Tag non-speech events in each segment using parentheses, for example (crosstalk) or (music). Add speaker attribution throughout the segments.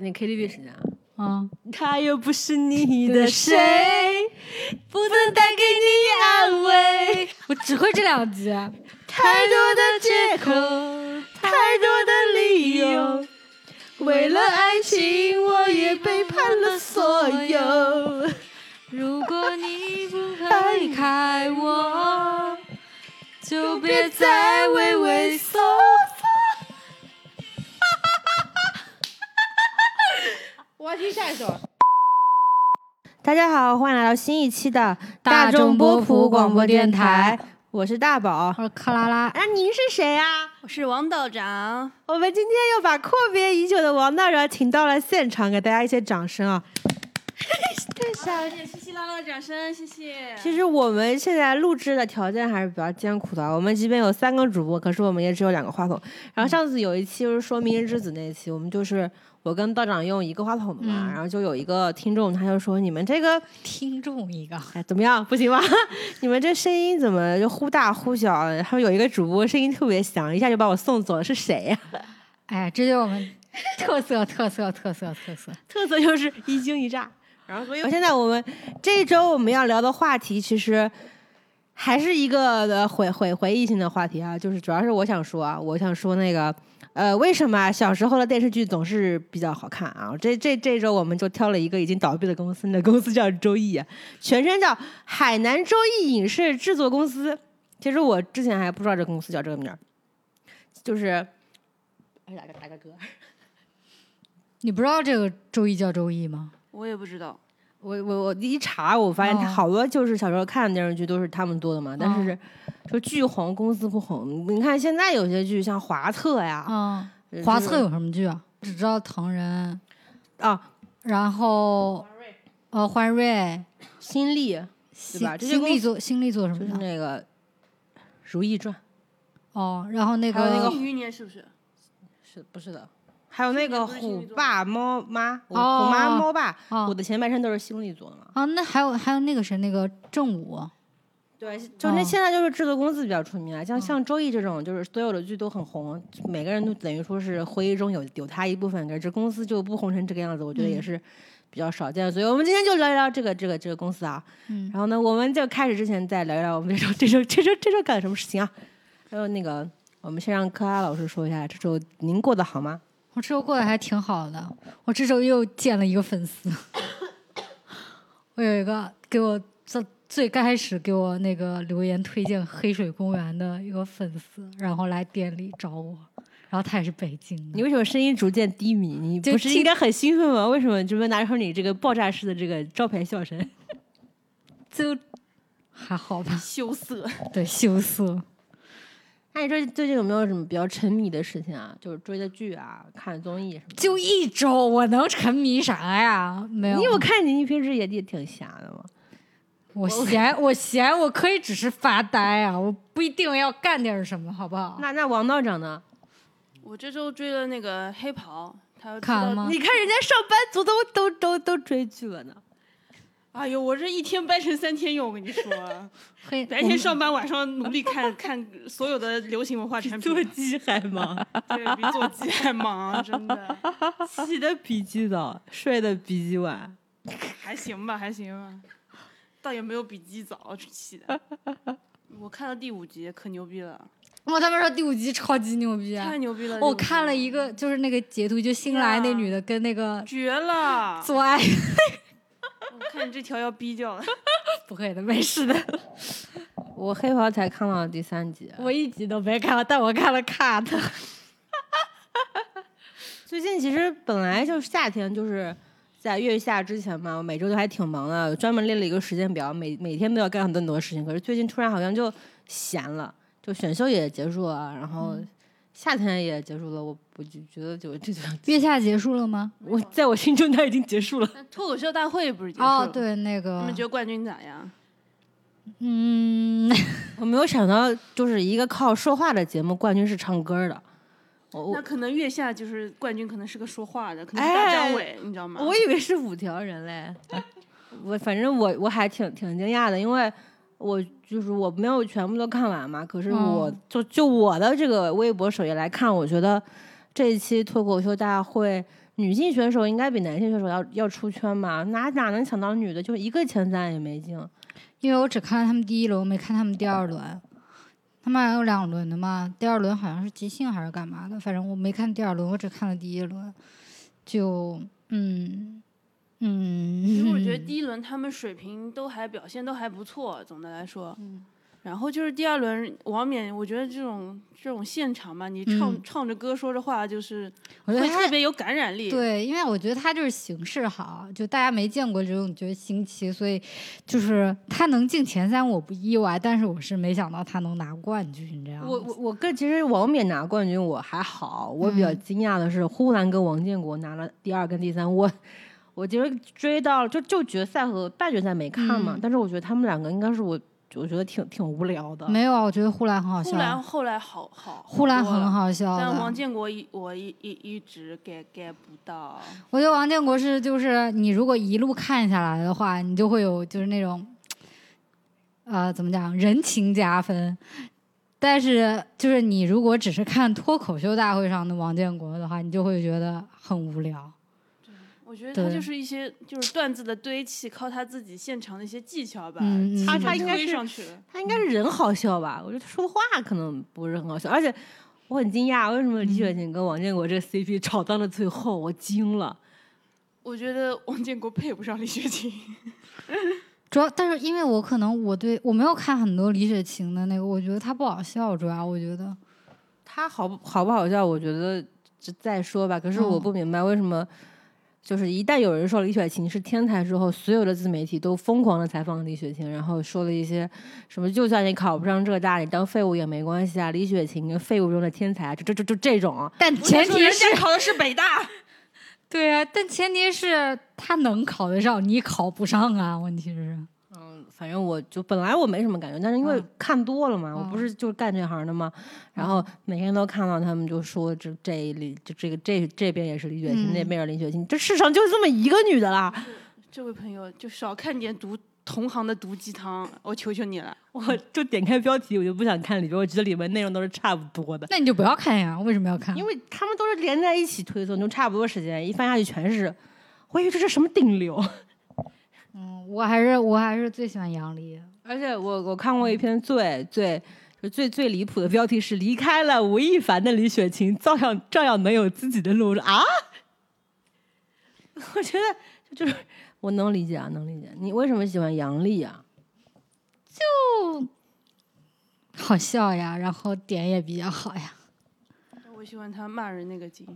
Speaker 1: 那 KTV 时间啊。
Speaker 2: 啊，
Speaker 1: 他又不是你
Speaker 2: 的
Speaker 1: 的
Speaker 2: 谁
Speaker 1: 谁，不能带给你安慰。
Speaker 2: 我只会这两集。
Speaker 1: 啊太多的借口，太多的理由，为了爱情我也背叛了所有。
Speaker 2: 如果你不离开我，就别
Speaker 1: 别
Speaker 2: 再
Speaker 1: 再
Speaker 2: 畏
Speaker 1: 畏
Speaker 2: 畏
Speaker 1: 畏
Speaker 2: 缩
Speaker 1: 缩
Speaker 2: 缩。
Speaker 1: 我要听下一首。 (laughs) 大家好，欢迎来到新一期的
Speaker 2: 大众波普广播电台，
Speaker 1: 我是大宝。
Speaker 2: 我是克拉拉，
Speaker 1: 啊，您是谁啊？
Speaker 3: 我是王道长，
Speaker 1: 我们今天又把阔别已久的王大人请到了现场，给大家一些掌声
Speaker 3: (laughs)
Speaker 1: 啊！太傻了。
Speaker 3: 谢谢稀稀拉拉的掌声，谢谢。
Speaker 1: 其实我们现在录制的条件还是比较艰苦的啊。我们即便有三个主播，可是我们也只有两个话筒。然后上次有一期就是说《明日之子》那一期，我们就是我跟道长用一个话筒嘛，
Speaker 2: 嗯
Speaker 1: 然后就有一个听众他就说：“你们这个
Speaker 2: 听众一个，
Speaker 1: 哎，怎么样？不行吧？ (laughs) 你们这声音怎么就忽大忽小？然后有一个主播声音特别响，一下就把我送走了，是谁呀、
Speaker 2: 哎，这就是我们特色，特色，特色，特色。
Speaker 1: 特色就是一惊一乍。然后，所以现在我们这一周我们要聊的话题，其实还是一个呃回回回忆性的话题啊，就是主要是我想说啊，我想说那个呃，为什么小时候的电视剧总是比较好看啊？这这这周我们就挑了一个已经倒闭的公司，那公司叫周易啊，全称叫海南周易影视制作公司。其实我之前还不知道这公司叫这个名儿，就是哎打个打个嗝。
Speaker 2: 你不知道这个周易叫周易吗？
Speaker 3: 我也不知道，
Speaker 1: 我我我一查，我发现他
Speaker 2: 哦
Speaker 1: 好多就是小时候看的电视剧都是他们做的嘛，但是说剧红公司不红。你看现在有些剧像华策呀，
Speaker 2: 嗯，
Speaker 1: 就是
Speaker 2: 华策有什么剧啊？只知道藤人，
Speaker 1: 啊，
Speaker 2: 然后呃，欢瑞，
Speaker 1: 新力
Speaker 2: 新
Speaker 1: 吧这些
Speaker 2: 新
Speaker 1: 公
Speaker 2: 力
Speaker 1: 司
Speaker 2: 做新力做什
Speaker 1: 就是
Speaker 2: 么的？
Speaker 1: 那个《如懿传
Speaker 2: 哦，然后那
Speaker 1: 还有那
Speaker 2: 个
Speaker 1: 个
Speaker 3: 庆余年是不是？》，
Speaker 1: 是不是的？还有那个《
Speaker 3: 新力
Speaker 1: 虎
Speaker 3: 不是新力做的
Speaker 1: 爸猫妈》，我
Speaker 2: 哦
Speaker 1: 虎妈
Speaker 2: 哦
Speaker 1: 猫爸，我
Speaker 2: 哦
Speaker 1: 的前半生都是新力做的嘛。
Speaker 2: 啊，那还有还有那个谁，那个啊正午，
Speaker 1: 对，就那
Speaker 2: 哦
Speaker 1: 现在就是制作公司比较出名啊，像
Speaker 2: 哦
Speaker 1: 像周易这种，就是所有的剧都很红，每个人都等于说是回忆中有有他一部分，可是这公司就不红成这个样子，我觉得也
Speaker 2: 嗯
Speaker 1: 是比较少见，所以我们今天就聊一聊这个这个这个公司啊。
Speaker 2: 嗯，
Speaker 1: 然后呢，我们就开始之前再聊一聊我们这周这周这周这周干了什么事情啊？还有那个，我们先让科拉老师说一下，这周您过得好吗？
Speaker 2: 我这周过得还挺好的，我这周又见了一个粉丝， (coughs) 我有一个给我最最开始给我那个留言推荐黑水公园的一个粉丝，然后来店里找我，然后他也是北京的
Speaker 1: 你，为什么声音逐渐低迷？你
Speaker 2: 就
Speaker 1: 不是
Speaker 2: 听
Speaker 1: 应该很兴奋吗？为什么这边拿出你这个爆炸式的这个招牌笑
Speaker 2: (laughs)
Speaker 1: 声？
Speaker 2: 就还好吧， (laughs)
Speaker 3: 羞涩，
Speaker 2: 对，羞涩。
Speaker 1: 那你说最近有没有什么比较沉迷的事情啊？就是追的剧啊，看综艺什么的？
Speaker 2: 就一周，我能沉迷啥呀？没有，
Speaker 1: 你我看你，你平时也也挺闲的嘛。
Speaker 2: 我闲，我闲，我可以只是发呆啊，我不一定要干点什么，好不好？
Speaker 1: 那那王道长呢？
Speaker 3: 我这周追了那个黑袍，他又知
Speaker 2: 看了
Speaker 3: 道
Speaker 2: 吗？
Speaker 1: 你看人家上班族都都都都追剧了呢。
Speaker 3: 哎呦，我这一天掰成三天用，我跟你说啊，
Speaker 2: (laughs) 黑
Speaker 3: 白天上班，晚上努力看看所有的流行文化产
Speaker 2: (laughs)
Speaker 3: 品，
Speaker 1: (laughs) 鸡还 (laughs) 忙，
Speaker 3: 对比做鸡还忙，真
Speaker 2: (laughs)
Speaker 3: 的
Speaker 1: 起的比鸡早，睡的比鸡晚。
Speaker 3: 还行吧，还行吧，倒也没有比鸡早起的。我看到第五集，可牛逼了，
Speaker 2: 我他妈说第五集超级牛逼啊！
Speaker 3: 太牛逼了！
Speaker 2: 我看了
Speaker 3: 一
Speaker 2: 一个，就是那个截图，就新来那
Speaker 3: 呀
Speaker 2: 女的跟那个
Speaker 3: 绝
Speaker 2: (laughs)
Speaker 3: 了，
Speaker 2: 做爱，
Speaker 3: 我看你这条要逼掉了。
Speaker 2: 不会的，没事的，
Speaker 1: 我黑袍才看到第三集，
Speaker 2: 我一集都没看过，但我看了 cut。
Speaker 1: 最近其实本来就是夏天，就是在月下之前嘛，我每周都还挺忙的，专门列了一个时间表，每每天都要干很多很多事情。可是最近突然好像就闲了，就选秀也结束了，然后夏天也结束了，我我就觉得就这就
Speaker 2: 月下结束了吗？
Speaker 1: 我在我心中它已经结束了。
Speaker 3: (laughs) 脱口秀大会不是结束了？
Speaker 2: 哦，，对，那
Speaker 3: 你
Speaker 2: 个
Speaker 3: 们，觉得冠军咋样？
Speaker 2: 嗯， (laughs)
Speaker 1: 我没有想到，就是一个靠说话的节目，冠军是唱歌的。我
Speaker 3: 那
Speaker 1: 我
Speaker 3: 可能月下就是冠军，可能是个说话的，可能是
Speaker 2: 哎
Speaker 3: 大张伟，你知道吗？
Speaker 1: 我以为是五条人嘞，我反正我我还挺挺惊讶的，因为我就是我没有全部都看完嘛。可是我、
Speaker 2: 嗯
Speaker 1: 就就我的这个微博首页来看，我觉得这一期脱口秀大会女性选手应该比男性选手要要出圈嘛，哪哪能想到女的就一个前三也没进？
Speaker 2: 因为我只看了他们第一轮，我没看他们第二轮。他们还有两轮的嘛，第二轮好像是即兴还是干嘛的，反正我没看第二轮，我只看了第一轮。就嗯嗯，
Speaker 3: 因为我觉得第一轮他们水平都还表现都还不错，总的来说。
Speaker 2: 嗯
Speaker 3: 然后就是第二轮王冕，我觉得这种这种现场嘛，你唱、
Speaker 2: 嗯
Speaker 3: 唱着歌说着话，就是
Speaker 2: 我觉得
Speaker 3: 会
Speaker 2: 他
Speaker 3: 特别有感染力。
Speaker 2: 对，因为我觉得他就是形式好，就大家没见过这种，觉得新奇，所以就是他能进前三我不意外，但是我是没想到他能拿冠军这样子。
Speaker 1: 我我我个其实王冕拿冠军我还好，我比较
Speaker 2: 嗯
Speaker 1: 惊讶的是呼兰跟王建国拿了第二跟第三，我我其实追到了就就决赛和半决赛没看嘛，
Speaker 2: 嗯
Speaker 1: 但是我觉得他们两个应该是我我觉得挺挺无聊的，
Speaker 2: 没有啊，我觉得呼兰很好
Speaker 3: 呼兰
Speaker 2: 笑，
Speaker 3: 后来好好，
Speaker 2: 呼兰
Speaker 3: 多了
Speaker 2: 很，好笑
Speaker 3: 但
Speaker 2: 的
Speaker 3: 王。建国一我一一一直 get get 不到。
Speaker 2: 我觉得王建国是就是你如果一路看下来的话，你就会有就是那种，呃，怎么讲人情加分。但是就是你如果只是看脱口秀大会上的王建国的话，你就会觉得很无聊。
Speaker 3: 我觉得他
Speaker 2: 对
Speaker 3: 就是一些就是段子的堆砌，靠他自己现场的一些技巧吧，
Speaker 2: 嗯嗯
Speaker 3: 气
Speaker 2: 他
Speaker 3: 氛
Speaker 1: 他应该
Speaker 3: 推
Speaker 1: 是
Speaker 3: 上去了。
Speaker 1: 他应该是人好笑吧？我觉得他说的话可能不是很好笑，而且我很惊讶为什么李
Speaker 2: 嗯
Speaker 1: 雪琴跟王建国这 CP 吵到了最后，我惊了。
Speaker 3: 我觉得王建国配不上李雪琴，
Speaker 2: 主要，但是因为我可能我对我没有看很多李雪琴的那个，我觉得她不好笑，主要我觉得，
Speaker 1: 他好不好不好笑，我觉得这再说吧。可是我
Speaker 2: 嗯
Speaker 1: 不明白为什么，就是一旦有人说李雪琴是天才之后，所有的自媒体都疯狂的采访李雪琴，然后说了一些什么，就算你考不上浙大，你当废物也没关系啊，李雪琴废物中的天才，啊就就就就这种。
Speaker 2: 但前提是，
Speaker 3: 考的是北大，
Speaker 2: 对啊，但前提是她能考得上，你考不上啊，问题是，
Speaker 1: 嗯， (laughs) 反正我就本来我没什么感觉，但是因为
Speaker 2: 嗯
Speaker 1: 看多了嘛，我不
Speaker 2: 嗯
Speaker 1: 是就是干这行的嘛，然后每天都看到他们就说这这一里就这个这这边也是李雪琴，
Speaker 2: 嗯
Speaker 1: 那边也是李雪琴，这世上就这么一个女的啦。
Speaker 3: (laughs) 这位朋友就少看点毒同行的毒鸡汤，我求求你了。
Speaker 1: 我就点开标题，我就不想看里边，我觉得里面内容都是差不多的，
Speaker 2: 那你就不要看呀，为什么要看？
Speaker 1: 因为他们都是连在一起推送，就差不多时间，一翻下去全是。我以为这是什么顶流，
Speaker 2: 嗯，我还是我还是最喜欢杨笠，
Speaker 1: 而且我我看过一篇最最就最最离谱的标题是离开了吴亦凡的李雪琴，照样照样能有自己的路。我说啊， (laughs) 我觉得就是我能理解啊，能理解。你为什么喜欢杨笠啊？
Speaker 2: 好笑呀，然后点也比较好呀。
Speaker 3: 我喜欢他骂人那个劲，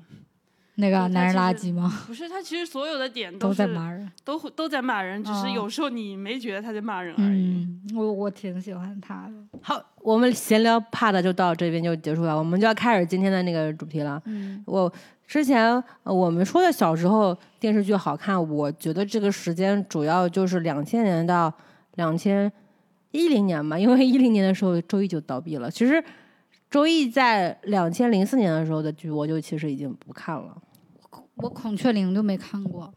Speaker 2: 那
Speaker 3: 对
Speaker 2: 个
Speaker 3: 她
Speaker 2: 男人
Speaker 3: 其
Speaker 2: 垃
Speaker 3: 实
Speaker 2: 圾吗？
Speaker 3: 不是他其实所有的点
Speaker 2: 都
Speaker 3: 是哎
Speaker 2: 在骂人。
Speaker 3: 都会都在骂人，只是
Speaker 2: 哦
Speaker 3: 有时候你没觉得他在骂人而已。
Speaker 2: 嗯，我我挺喜欢他的。
Speaker 1: 好，我们闲聊 part 就到这边就结束了，我们就要开始今天的那个主题了。
Speaker 2: 嗯，
Speaker 1: 我之前呃我们说的小时候电视剧好看，我觉得这个时间主要就是两千年到两千一零年吧，因为一零年的时候周易就倒闭了。其实周易在两千零四年的时候的剧，我就其实已经不看了，
Speaker 2: 我《孔雀翎》都没看过，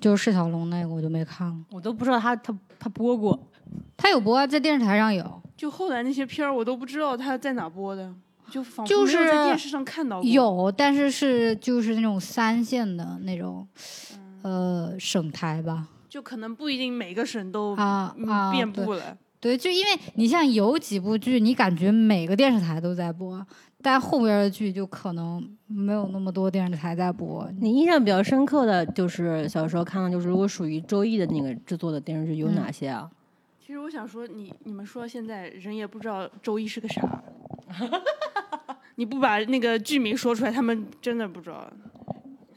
Speaker 2: 就是释小龙那个我就没看了。
Speaker 1: 我都不知道他他他播过。
Speaker 2: 他有播啊，在电视台上有。
Speaker 3: 就后来那些片儿，我都不知道他在哪播的，就仿佛
Speaker 2: 就
Speaker 3: 没有在
Speaker 2: 是
Speaker 3: 电视上看到过。
Speaker 2: 有，但是是就是那种三线的那种，呃，省台吧。
Speaker 3: 就可能嗯不一定每个省都
Speaker 2: 啊
Speaker 3: 嗯
Speaker 2: 啊
Speaker 3: 遍
Speaker 2: 对
Speaker 3: 布了。
Speaker 2: 对，就因为你像有几部剧，你感觉每个电视台都在播，但后边的剧就可能没有那么多电视台在播。
Speaker 1: 你印象比较深刻的就是小时候看的，就是如果属于周易的那个制作的电视剧有哪些啊？
Speaker 3: 其实我想说你，你们说现在人也不知道周一是 (laughs) 个啥，你不把那个剧名说出来，他们真的不知道。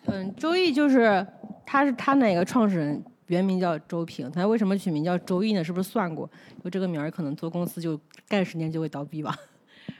Speaker 1: 嗯，周易就是他是他哪个创始人原名叫周平，他为什么取名叫周易呢？是不是算过？就这个名儿可能做公司就干十年就会倒闭吧。 (laughs)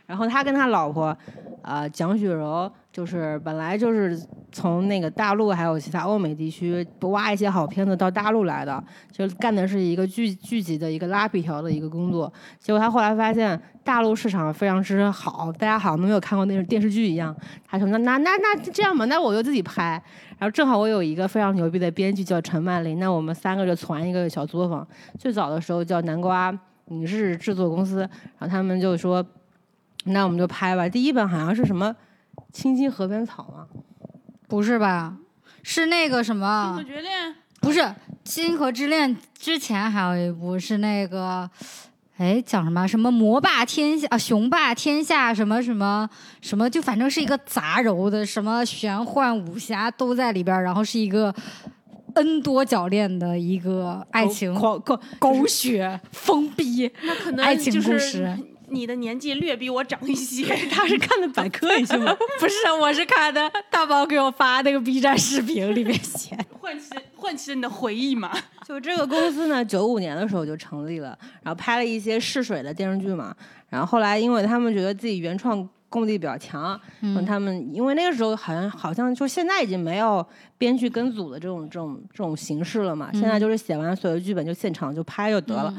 Speaker 1: 然后他跟他老婆，呃，蒋雪柔就是本来就是从那个大陆还有其他欧美地区挖一些好片子到大陆来的，就干的是一个剧剧集的一个拉皮条的一个工作。结果他后来发现大陆市场非常之好，大家好像都没有看过那种电视剧一样。他说那那那那这样吧，那我就自己拍。然后正好我有一个非常牛逼的编剧叫陈曼琳，那我们三个就攒一个小作坊。最早的时候叫南瓜影视制作公司，然后他们就说，那我们就拍吧。第一本好像是什么《青青河边草》嘛，
Speaker 2: 不是吧？是那个什
Speaker 3: 《
Speaker 2: 么
Speaker 3: 可，绝恋》
Speaker 2: 不是《星河之恋》之前还有一部是那个，哎，讲什么什么魔霸天下啊，雄霸天下什么什么什么，就反正是一个杂糅的，什么玄幻武侠都在里边儿，然后是一个 N 多角恋的一个爱情
Speaker 1: 狂狗
Speaker 2: 狗血疯逼，
Speaker 3: 那可能
Speaker 2: 爱情
Speaker 3: 就
Speaker 2: 故
Speaker 3: 是
Speaker 2: 事
Speaker 3: 你的年纪略比我长一些。 (laughs)
Speaker 1: 他是看的百科一些吗？
Speaker 2: (laughs) 不是，我是看的大宝给我发那个 B 站视频里面写的，
Speaker 3: 唤起唤起了你的回忆嘛？
Speaker 1: 就这个公司呢，九五年的时候就成立了，然后拍了一些试水的电视剧嘛。然后后来，因为他们觉得自己原创功力比较强，然后他们因为那个时候好像好像就现在已经没有编剧跟组的这种这种这种形式了嘛。现在就是写完所有剧本就现场就拍就得了。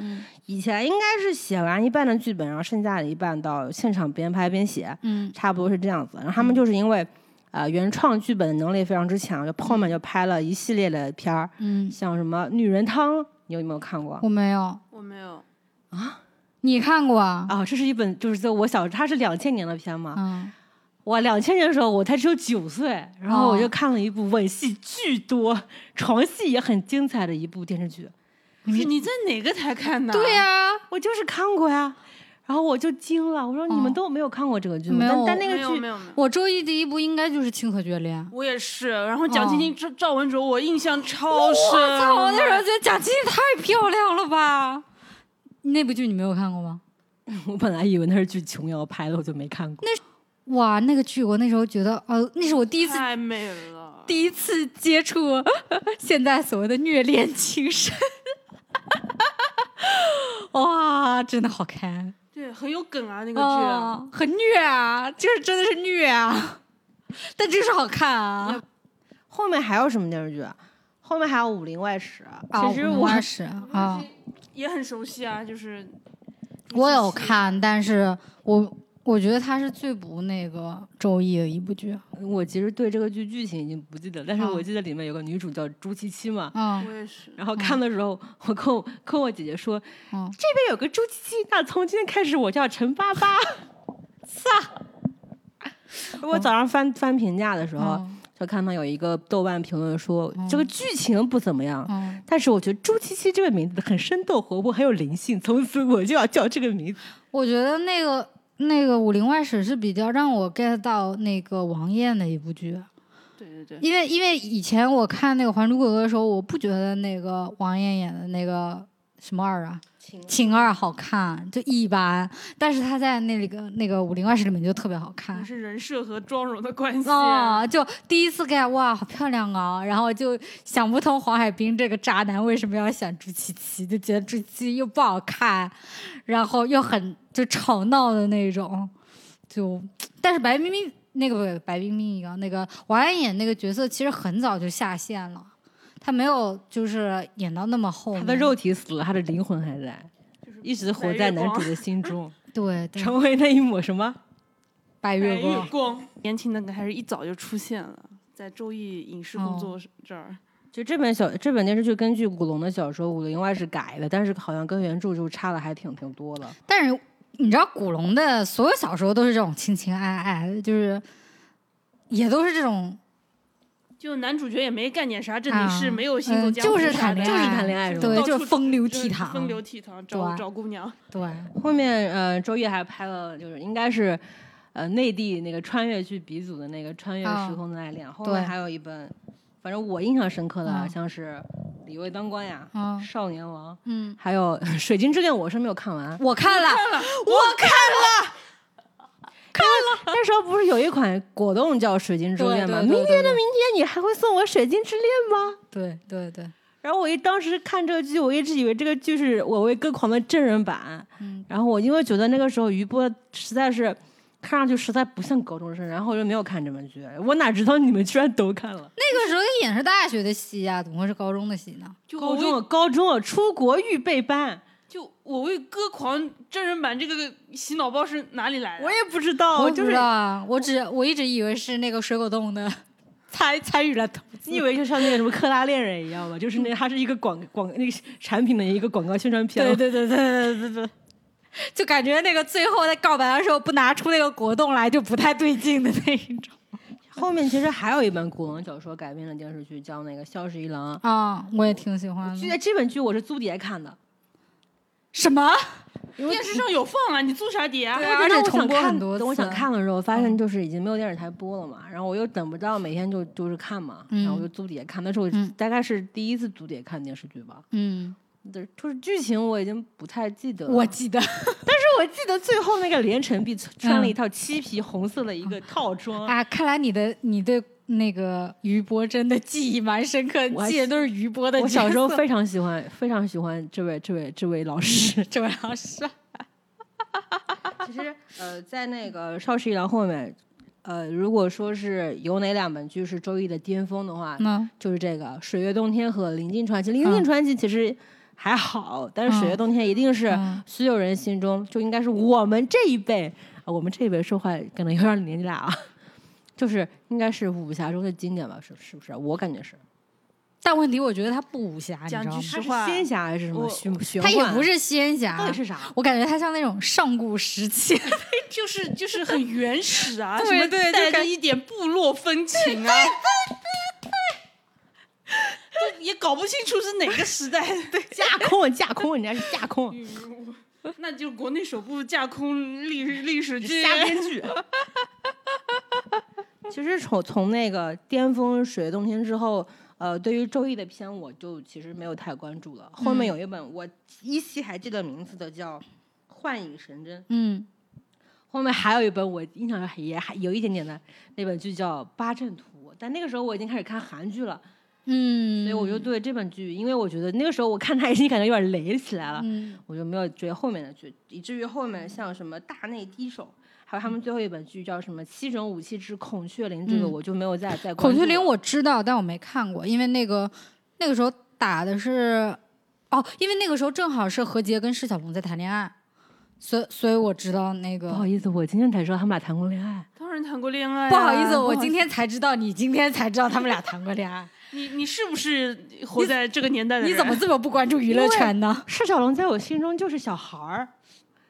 Speaker 1: 以前应该是写完一半的剧本，然后剩下的一半到现场边拍边写，
Speaker 2: 嗯，
Speaker 1: 差不多是这样子。然后他们就是因为。呃，原创剧本能力非常之强，就后面就拍了一系列的片儿，
Speaker 2: 嗯，
Speaker 1: 像什么《女人汤》，你有没有看过？
Speaker 2: 我没有，
Speaker 3: 我没有，
Speaker 2: 你看过啊？
Speaker 1: 啊，这是一本，就是在我小，它是两千年的片嘛。
Speaker 2: 嗯，
Speaker 1: 我两千年的时候，我才只有九岁，然后我
Speaker 2: 哦
Speaker 1: 就看了一部吻戏巨多、床戏也很精彩的一部电视剧。
Speaker 3: 你你在哪个台看的？啊
Speaker 2: 对、呀、
Speaker 1: 我就是看过呀，然后我就惊了，我说你们
Speaker 2: 哦
Speaker 1: 都没有看过这个剧
Speaker 2: 没
Speaker 1: 吗？
Speaker 2: 有
Speaker 1: 但但那
Speaker 3: 没
Speaker 1: 个
Speaker 3: 有没
Speaker 1: 剧，
Speaker 3: 有没有。
Speaker 2: 我周一第一部应该就是《清河决裂》。
Speaker 3: 我也是，然后蒋勤勤、赵赵文卓，我印象超深。
Speaker 2: 嗯我操！我那时候觉得蒋勤勤太漂亮了吧？那部剧你没有看过吗？
Speaker 1: 我本来以为那是剧琼瑶拍的，我就没看过。
Speaker 2: 哇，那个剧我那时候觉得，呃，那是我第一次
Speaker 3: 太美了，
Speaker 2: 第一次接触现在所谓的虐恋情深。哇，真的好看！
Speaker 3: 对，很有梗啊那个剧。
Speaker 2: 哦，很虐啊，就是真的是虐啊， (laughs) 但就是好看啊。
Speaker 1: 后面还有什么电视剧啊？后面还有《武林外史》
Speaker 2: 啊
Speaker 1: 其实
Speaker 2: 五
Speaker 1: 我
Speaker 2: 二十啊，
Speaker 3: 也很熟悉啊，就是
Speaker 2: 我有看，但是我我觉得它是最不那个周易的一部剧。
Speaker 1: 我其实对这个剧剧情已经不记得，但是
Speaker 2: 啊
Speaker 1: 我记得里面有个女主叫朱七七嘛，
Speaker 2: 嗯
Speaker 3: 我也是，
Speaker 1: 然后看的时候，我跟我跟我姐姐说，
Speaker 2: 嗯，
Speaker 1: 这边有个朱七七，那从今天开始我叫陈爸爸。 (laughs) 操！我早上翻翻评价的时候，
Speaker 2: 嗯
Speaker 1: 就看到有一个豆瓣评论说、这个剧情不怎么样，
Speaker 2: 嗯，
Speaker 1: 但是我觉得朱七七这个名字很生动活泼，很有灵性，从此我就要叫这个名字。
Speaker 2: 我觉得那个那个《武林外史》是比较让我 get 到那个王艳的一部剧，啊
Speaker 3: 对对对，
Speaker 2: 因为因为以前我看那个《还珠格格》的时候，我不觉得那个王艳演的那个什么二啊。秦二好看，就一般，但是她在那个那个《武林外史》里面就特别好看
Speaker 3: 也，是人设和妆容的关系。
Speaker 2: 啊哦，就第一次 get 哇，好漂亮啊！然后就想不通黄海冰这个渣男为什么要选朱七七，就觉得朱七七又不好看，然后又很就吵闹的那种，就但是白冰冰那个不白冰冰一样，那个王安演那个角色其实很早就下线了，她没有就是演到那么后面，
Speaker 1: 他的肉体死了，他的灵魂还在，
Speaker 3: 就是
Speaker 1: 一直活在男主的心
Speaker 2: (laughs)
Speaker 1: 中，
Speaker 2: 对对
Speaker 1: 成为那一抹什么？
Speaker 2: 白
Speaker 3: 白
Speaker 2: 月
Speaker 3: 月
Speaker 2: 光，
Speaker 3: 光，年轻的还是一早就出现了，在周易影视工作这儿。
Speaker 1: 就这本小这本电视剧根据古龙的小说《武林外史》改的，但是好像跟原著就差了还挺挺多的。
Speaker 2: 但是你知道古龙的所有小说都是这种情情爱爱，就是也都是这种。
Speaker 3: 就男主角也没干点啥正经事，
Speaker 2: 啊
Speaker 3: 没有行走
Speaker 2: 嗯
Speaker 3: 江湖
Speaker 2: 就是
Speaker 3: 啥
Speaker 2: 谈
Speaker 3: 的，
Speaker 2: 恋
Speaker 1: 就
Speaker 2: 爱，
Speaker 1: 是谈恋爱是吧
Speaker 2: 对，
Speaker 3: 到
Speaker 2: 就
Speaker 3: 处
Speaker 2: 是风流
Speaker 3: 就
Speaker 2: 倜傥，
Speaker 3: 风流倜傥，找
Speaker 2: 对
Speaker 3: 找姑娘。
Speaker 2: 对，
Speaker 1: 后面呃，周易还拍了，就是应该是呃内地那个穿越剧鼻祖的那个《穿越时空的爱恋》后面
Speaker 2: 哦对
Speaker 1: 还有一本，反正我印象深刻的、啊
Speaker 2: 嗯
Speaker 1: 像是《李卫当官》呀，
Speaker 2: 嗯
Speaker 1: 少年王》，
Speaker 2: 嗯，
Speaker 1: 还有 (laughs) 《水晶之恋》，我是没有看完。
Speaker 2: 我看了，
Speaker 1: 我看了。看了，那时候不是有一款果冻叫《水晶之
Speaker 2: 对
Speaker 1: 恋》吗？
Speaker 2: 对
Speaker 1: 明
Speaker 2: 对对
Speaker 1: 天的明天，你还会送我《水晶之恋》吗？
Speaker 2: 对对对，
Speaker 1: 然后我一当时看这个剧，我一直以为这个剧是《我为歌狂》的真人版。
Speaker 2: 嗯
Speaker 1: 然后我因为觉得那个时候余波实在是看上去实在不像高中生，然后我就没有看这本剧。我哪知道你们居然都看了？
Speaker 2: 那个时候演是大学的戏呀、怎么会是高中的戏呢？
Speaker 3: 就我
Speaker 1: 高
Speaker 3: 为
Speaker 1: 中高中有出国预备班，
Speaker 3: 就我为歌狂真人版这个洗脑包是哪里来的？
Speaker 1: 我也不知道，
Speaker 2: 我
Speaker 1: 就
Speaker 2: 不知
Speaker 1: 是
Speaker 2: 道啊，我只我一直以为是那个水果冻的参参与了投资
Speaker 1: 你以为就像那个什么克拉恋人一样吗？
Speaker 2: (laughs)
Speaker 1: 就是那它是一个广广那个产品的一个广告宣传片。
Speaker 2: (laughs) 对对对对对对对对，就感觉那个最后在告白的时候不拿出那个果冻来就不太对劲的那一种。
Speaker 1: 后面其实还有一本古龙小说改编的电视剧，叫那个《萧十一郎
Speaker 2: 啊，我也挺喜欢》。
Speaker 1: 这
Speaker 2: 的。
Speaker 1: 这本剧我是租碟看的，
Speaker 2: 什么？
Speaker 3: 电视上有放啊，你租啥碟啊？
Speaker 1: 对，
Speaker 2: 而
Speaker 1: 而
Speaker 2: 且
Speaker 1: 且
Speaker 2: 重播很多
Speaker 1: 等我想
Speaker 2: 次啊嗯
Speaker 1: 看的时候，发现就是已经没有电视台播了嘛，然后我又等不到每天就就是看嘛，然后我
Speaker 2: 嗯
Speaker 1: 就租碟看。那是我
Speaker 2: 嗯
Speaker 1: 大概是第一次租碟看电视剧吧，
Speaker 2: 嗯，
Speaker 1: 对，就是剧情我已经不太记得了。
Speaker 2: 我记得。
Speaker 1: 我记得最后那个连城碧穿穿了一套漆皮红色的一个套装，
Speaker 2: 啊，看来你的你对那个余波真的记忆蛮深刻，
Speaker 1: 我还
Speaker 2: 记得都是余波的
Speaker 1: 我
Speaker 2: 角
Speaker 1: 小时候
Speaker 2: 色。
Speaker 1: 非常喜欢，非常喜欢这位这位这位老师
Speaker 2: 这位老师，
Speaker 1: (laughs) 其实呃，在那个《少时一郎》后面，呃，如果说是有哪两本剧是周易的巅峰的话，
Speaker 2: 嗯
Speaker 1: 就是这个《水月洞天》和《临近传奇》。《临近
Speaker 2: 嗯
Speaker 1: 传奇》其实还好，但是《水月洞天》一定是
Speaker 2: 嗯
Speaker 1: 所有人心中就应该是我们这一辈，啊我们这一辈说话可能有点年纪大啊，就是应该是武侠中的经典吧？是是不是？我感觉是。
Speaker 2: 但问题我觉得他不武侠，你知道
Speaker 3: 讲
Speaker 2: 吗
Speaker 3: 句？实
Speaker 1: 它是
Speaker 3: 话，
Speaker 1: 仙侠还是什么
Speaker 3: 我
Speaker 1: 玄玄
Speaker 2: 他也
Speaker 1: 幻啊
Speaker 2: 不是仙侠
Speaker 1: 到，底是啥？
Speaker 2: 我感觉他像那种上古时期，
Speaker 3: 就是就是很原
Speaker 2: (laughs)
Speaker 3: 始啊，
Speaker 2: 对
Speaker 3: 什么
Speaker 2: 对就
Speaker 3: 带
Speaker 2: 感
Speaker 3: 着一点部落风情啊， (laughs) 就也搞不清楚是哪个时代。对，
Speaker 1: (laughs) 架空，啊架空，人家是架空，
Speaker 3: (laughs) 那就国内首部架空历历史剧。
Speaker 1: 瞎编剧。 (laughs) 其实从从那个巅峰《水月洞天》之后，呃，对于《周易》的片，我就其实没有太关注了。后面有一本我依稀还记得名字的叫《幻影神针》，
Speaker 2: 嗯，
Speaker 1: 后面还有一本我印象也还有一点点的那本剧叫《八阵图》，但那个时候我已经开始看韩剧了，
Speaker 2: 嗯，
Speaker 1: 所以我就对这本剧，因为我觉得那个时候我看它已经感觉有点雷起来了，
Speaker 2: 嗯
Speaker 1: 我就没有追后面的剧，以至于后面像什么《大内低手》，还有他们最后一本剧叫什么《七种武器之孔雀翎》，这个
Speaker 2: 嗯
Speaker 1: 我就没有再再关
Speaker 2: 孔
Speaker 1: 注
Speaker 2: 雀翎
Speaker 1: 了
Speaker 2: 我知道，但我没看过，因为那个那个时候打的是哦，因为那个时候正好是何洁跟释小龙在谈恋爱，所以所以我知道那个
Speaker 1: 不好意思，我今天才知道他们俩谈过恋爱。
Speaker 3: 当然谈过恋爱啊、
Speaker 2: 不好意思，我今天才知道，你今天才知道他们俩谈过恋爱。
Speaker 3: 你你是不是活在这个年代的人？
Speaker 2: 你怎么这么不关注娱乐圈呢？
Speaker 1: 释小龙在我心中就是小孩儿，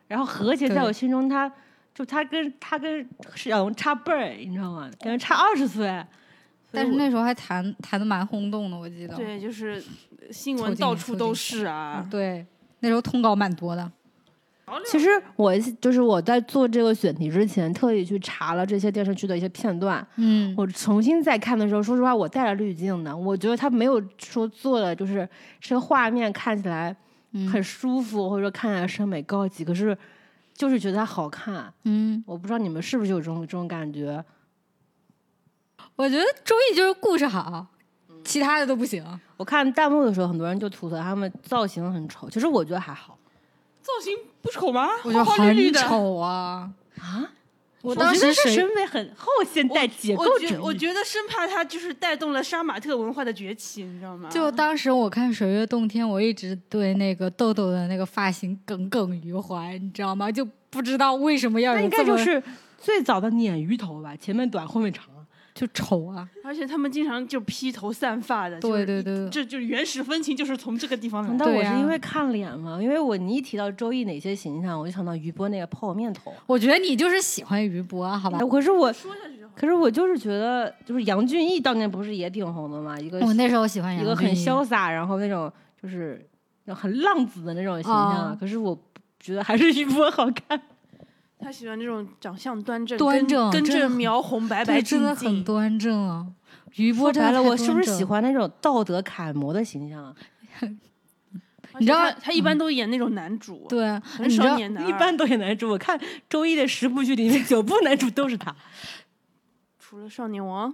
Speaker 1: 然后何洁在
Speaker 2: 对
Speaker 1: 我心中他，就他跟他跟释小龙差辈儿，你知道吗？感觉差二十岁。所以
Speaker 2: 但是
Speaker 1: 我
Speaker 2: 那时候还谈谈的蛮轰动的，我记得。
Speaker 3: 对，就是新
Speaker 2: 凑
Speaker 3: 闻
Speaker 2: 近
Speaker 3: 到
Speaker 2: 凑
Speaker 3: 处
Speaker 2: 近
Speaker 3: 都是啊
Speaker 2: 嗯，。对，那时候通稿蛮多的。
Speaker 1: 其实我就是我在做这个选题之前，特意去查了这些电视剧的一些片段，
Speaker 2: 嗯，
Speaker 1: 我重新再看的时候，说实话，我带了滤镜的，我觉得他没有说做的就是这个画面看起来
Speaker 2: 嗯
Speaker 1: 很舒服，或者说看起来审美高级，可是就是觉得它好看。
Speaker 2: 嗯，
Speaker 1: 我不知道你们是不是有这种这种感觉？
Speaker 2: 我觉得周易就是故事好，
Speaker 1: 嗯
Speaker 2: 其他的都不行。
Speaker 1: 我看弹幕的时候，很多人就吐槽他们造型很丑，其实我觉得还好。
Speaker 3: 造型不丑吗？
Speaker 2: 我觉得
Speaker 3: 花花绿绿
Speaker 2: 很
Speaker 3: 的。
Speaker 2: 丑啊
Speaker 1: 啊！
Speaker 2: (laughs) 我
Speaker 1: 觉
Speaker 2: 当
Speaker 1: 得
Speaker 2: 时
Speaker 1: 这审
Speaker 2: 谁？
Speaker 1: 美很后现代解构
Speaker 3: 我
Speaker 1: 主义
Speaker 3: 觉我觉得生怕他就是带动了杀马特文化的崛起，你知道
Speaker 1: 啊
Speaker 3: 吗？
Speaker 2: 就当时我看《水月洞天》，我一直对那个豆豆的那个发型耿耿于怀，你知道吗？就不知道为什么要
Speaker 1: 那
Speaker 2: 有
Speaker 1: 应该
Speaker 2: 这
Speaker 1: 就
Speaker 2: 么
Speaker 1: 是最早的鲶鱼头吧，前面短后面长。
Speaker 2: 就丑啊！
Speaker 3: 而且他们经常就披头散发的，
Speaker 2: 对
Speaker 3: 就是
Speaker 2: 对
Speaker 3: 一
Speaker 2: 对，
Speaker 3: 这就是原始风情，就是从这个地方来的。
Speaker 1: 但我
Speaker 2: 对
Speaker 1: 是
Speaker 2: 啊
Speaker 1: 因为看脸嘛，因为我你一提到周易哪些形象，我就想到余波那个泡面头。
Speaker 2: 我觉得你就是喜欢余波，好吧
Speaker 1: 哎？可是我，
Speaker 3: 说下去就好。
Speaker 1: 可是我就是觉得，就是杨俊逸当年不是也挺红的嘛，一个
Speaker 2: 我哦那时候喜欢
Speaker 1: 嗯
Speaker 2: 杨
Speaker 1: 一个很
Speaker 2: 钧甯
Speaker 1: 潇洒，然后那种就是很浪子的那种形象啊。
Speaker 2: 哦
Speaker 1: 可是我觉得还是余波好看。
Speaker 3: 他喜欢这种长相端正、
Speaker 2: 端正
Speaker 3: 根根
Speaker 2: 真的
Speaker 3: 正
Speaker 2: 很
Speaker 3: 苗红、白白
Speaker 2: 对，
Speaker 3: 净
Speaker 2: 真的很
Speaker 3: 净。
Speaker 2: 端正啊。余
Speaker 1: 说
Speaker 2: 波真的
Speaker 1: 白了，
Speaker 2: 太
Speaker 1: 我是不
Speaker 2: 端
Speaker 1: 是喜
Speaker 2: 正？
Speaker 1: 欢那种道德楷模的形象啊？
Speaker 3: 而
Speaker 2: 你
Speaker 3: 且
Speaker 2: 知道嗯
Speaker 3: 他他一般都演那种男主，
Speaker 2: 对啊，
Speaker 3: 很
Speaker 2: 你知
Speaker 3: 少
Speaker 2: 道
Speaker 3: 演男二。
Speaker 1: 一般都演男主，我看周一的十部剧里面九部男主都是他。
Speaker 3: 除了少年王，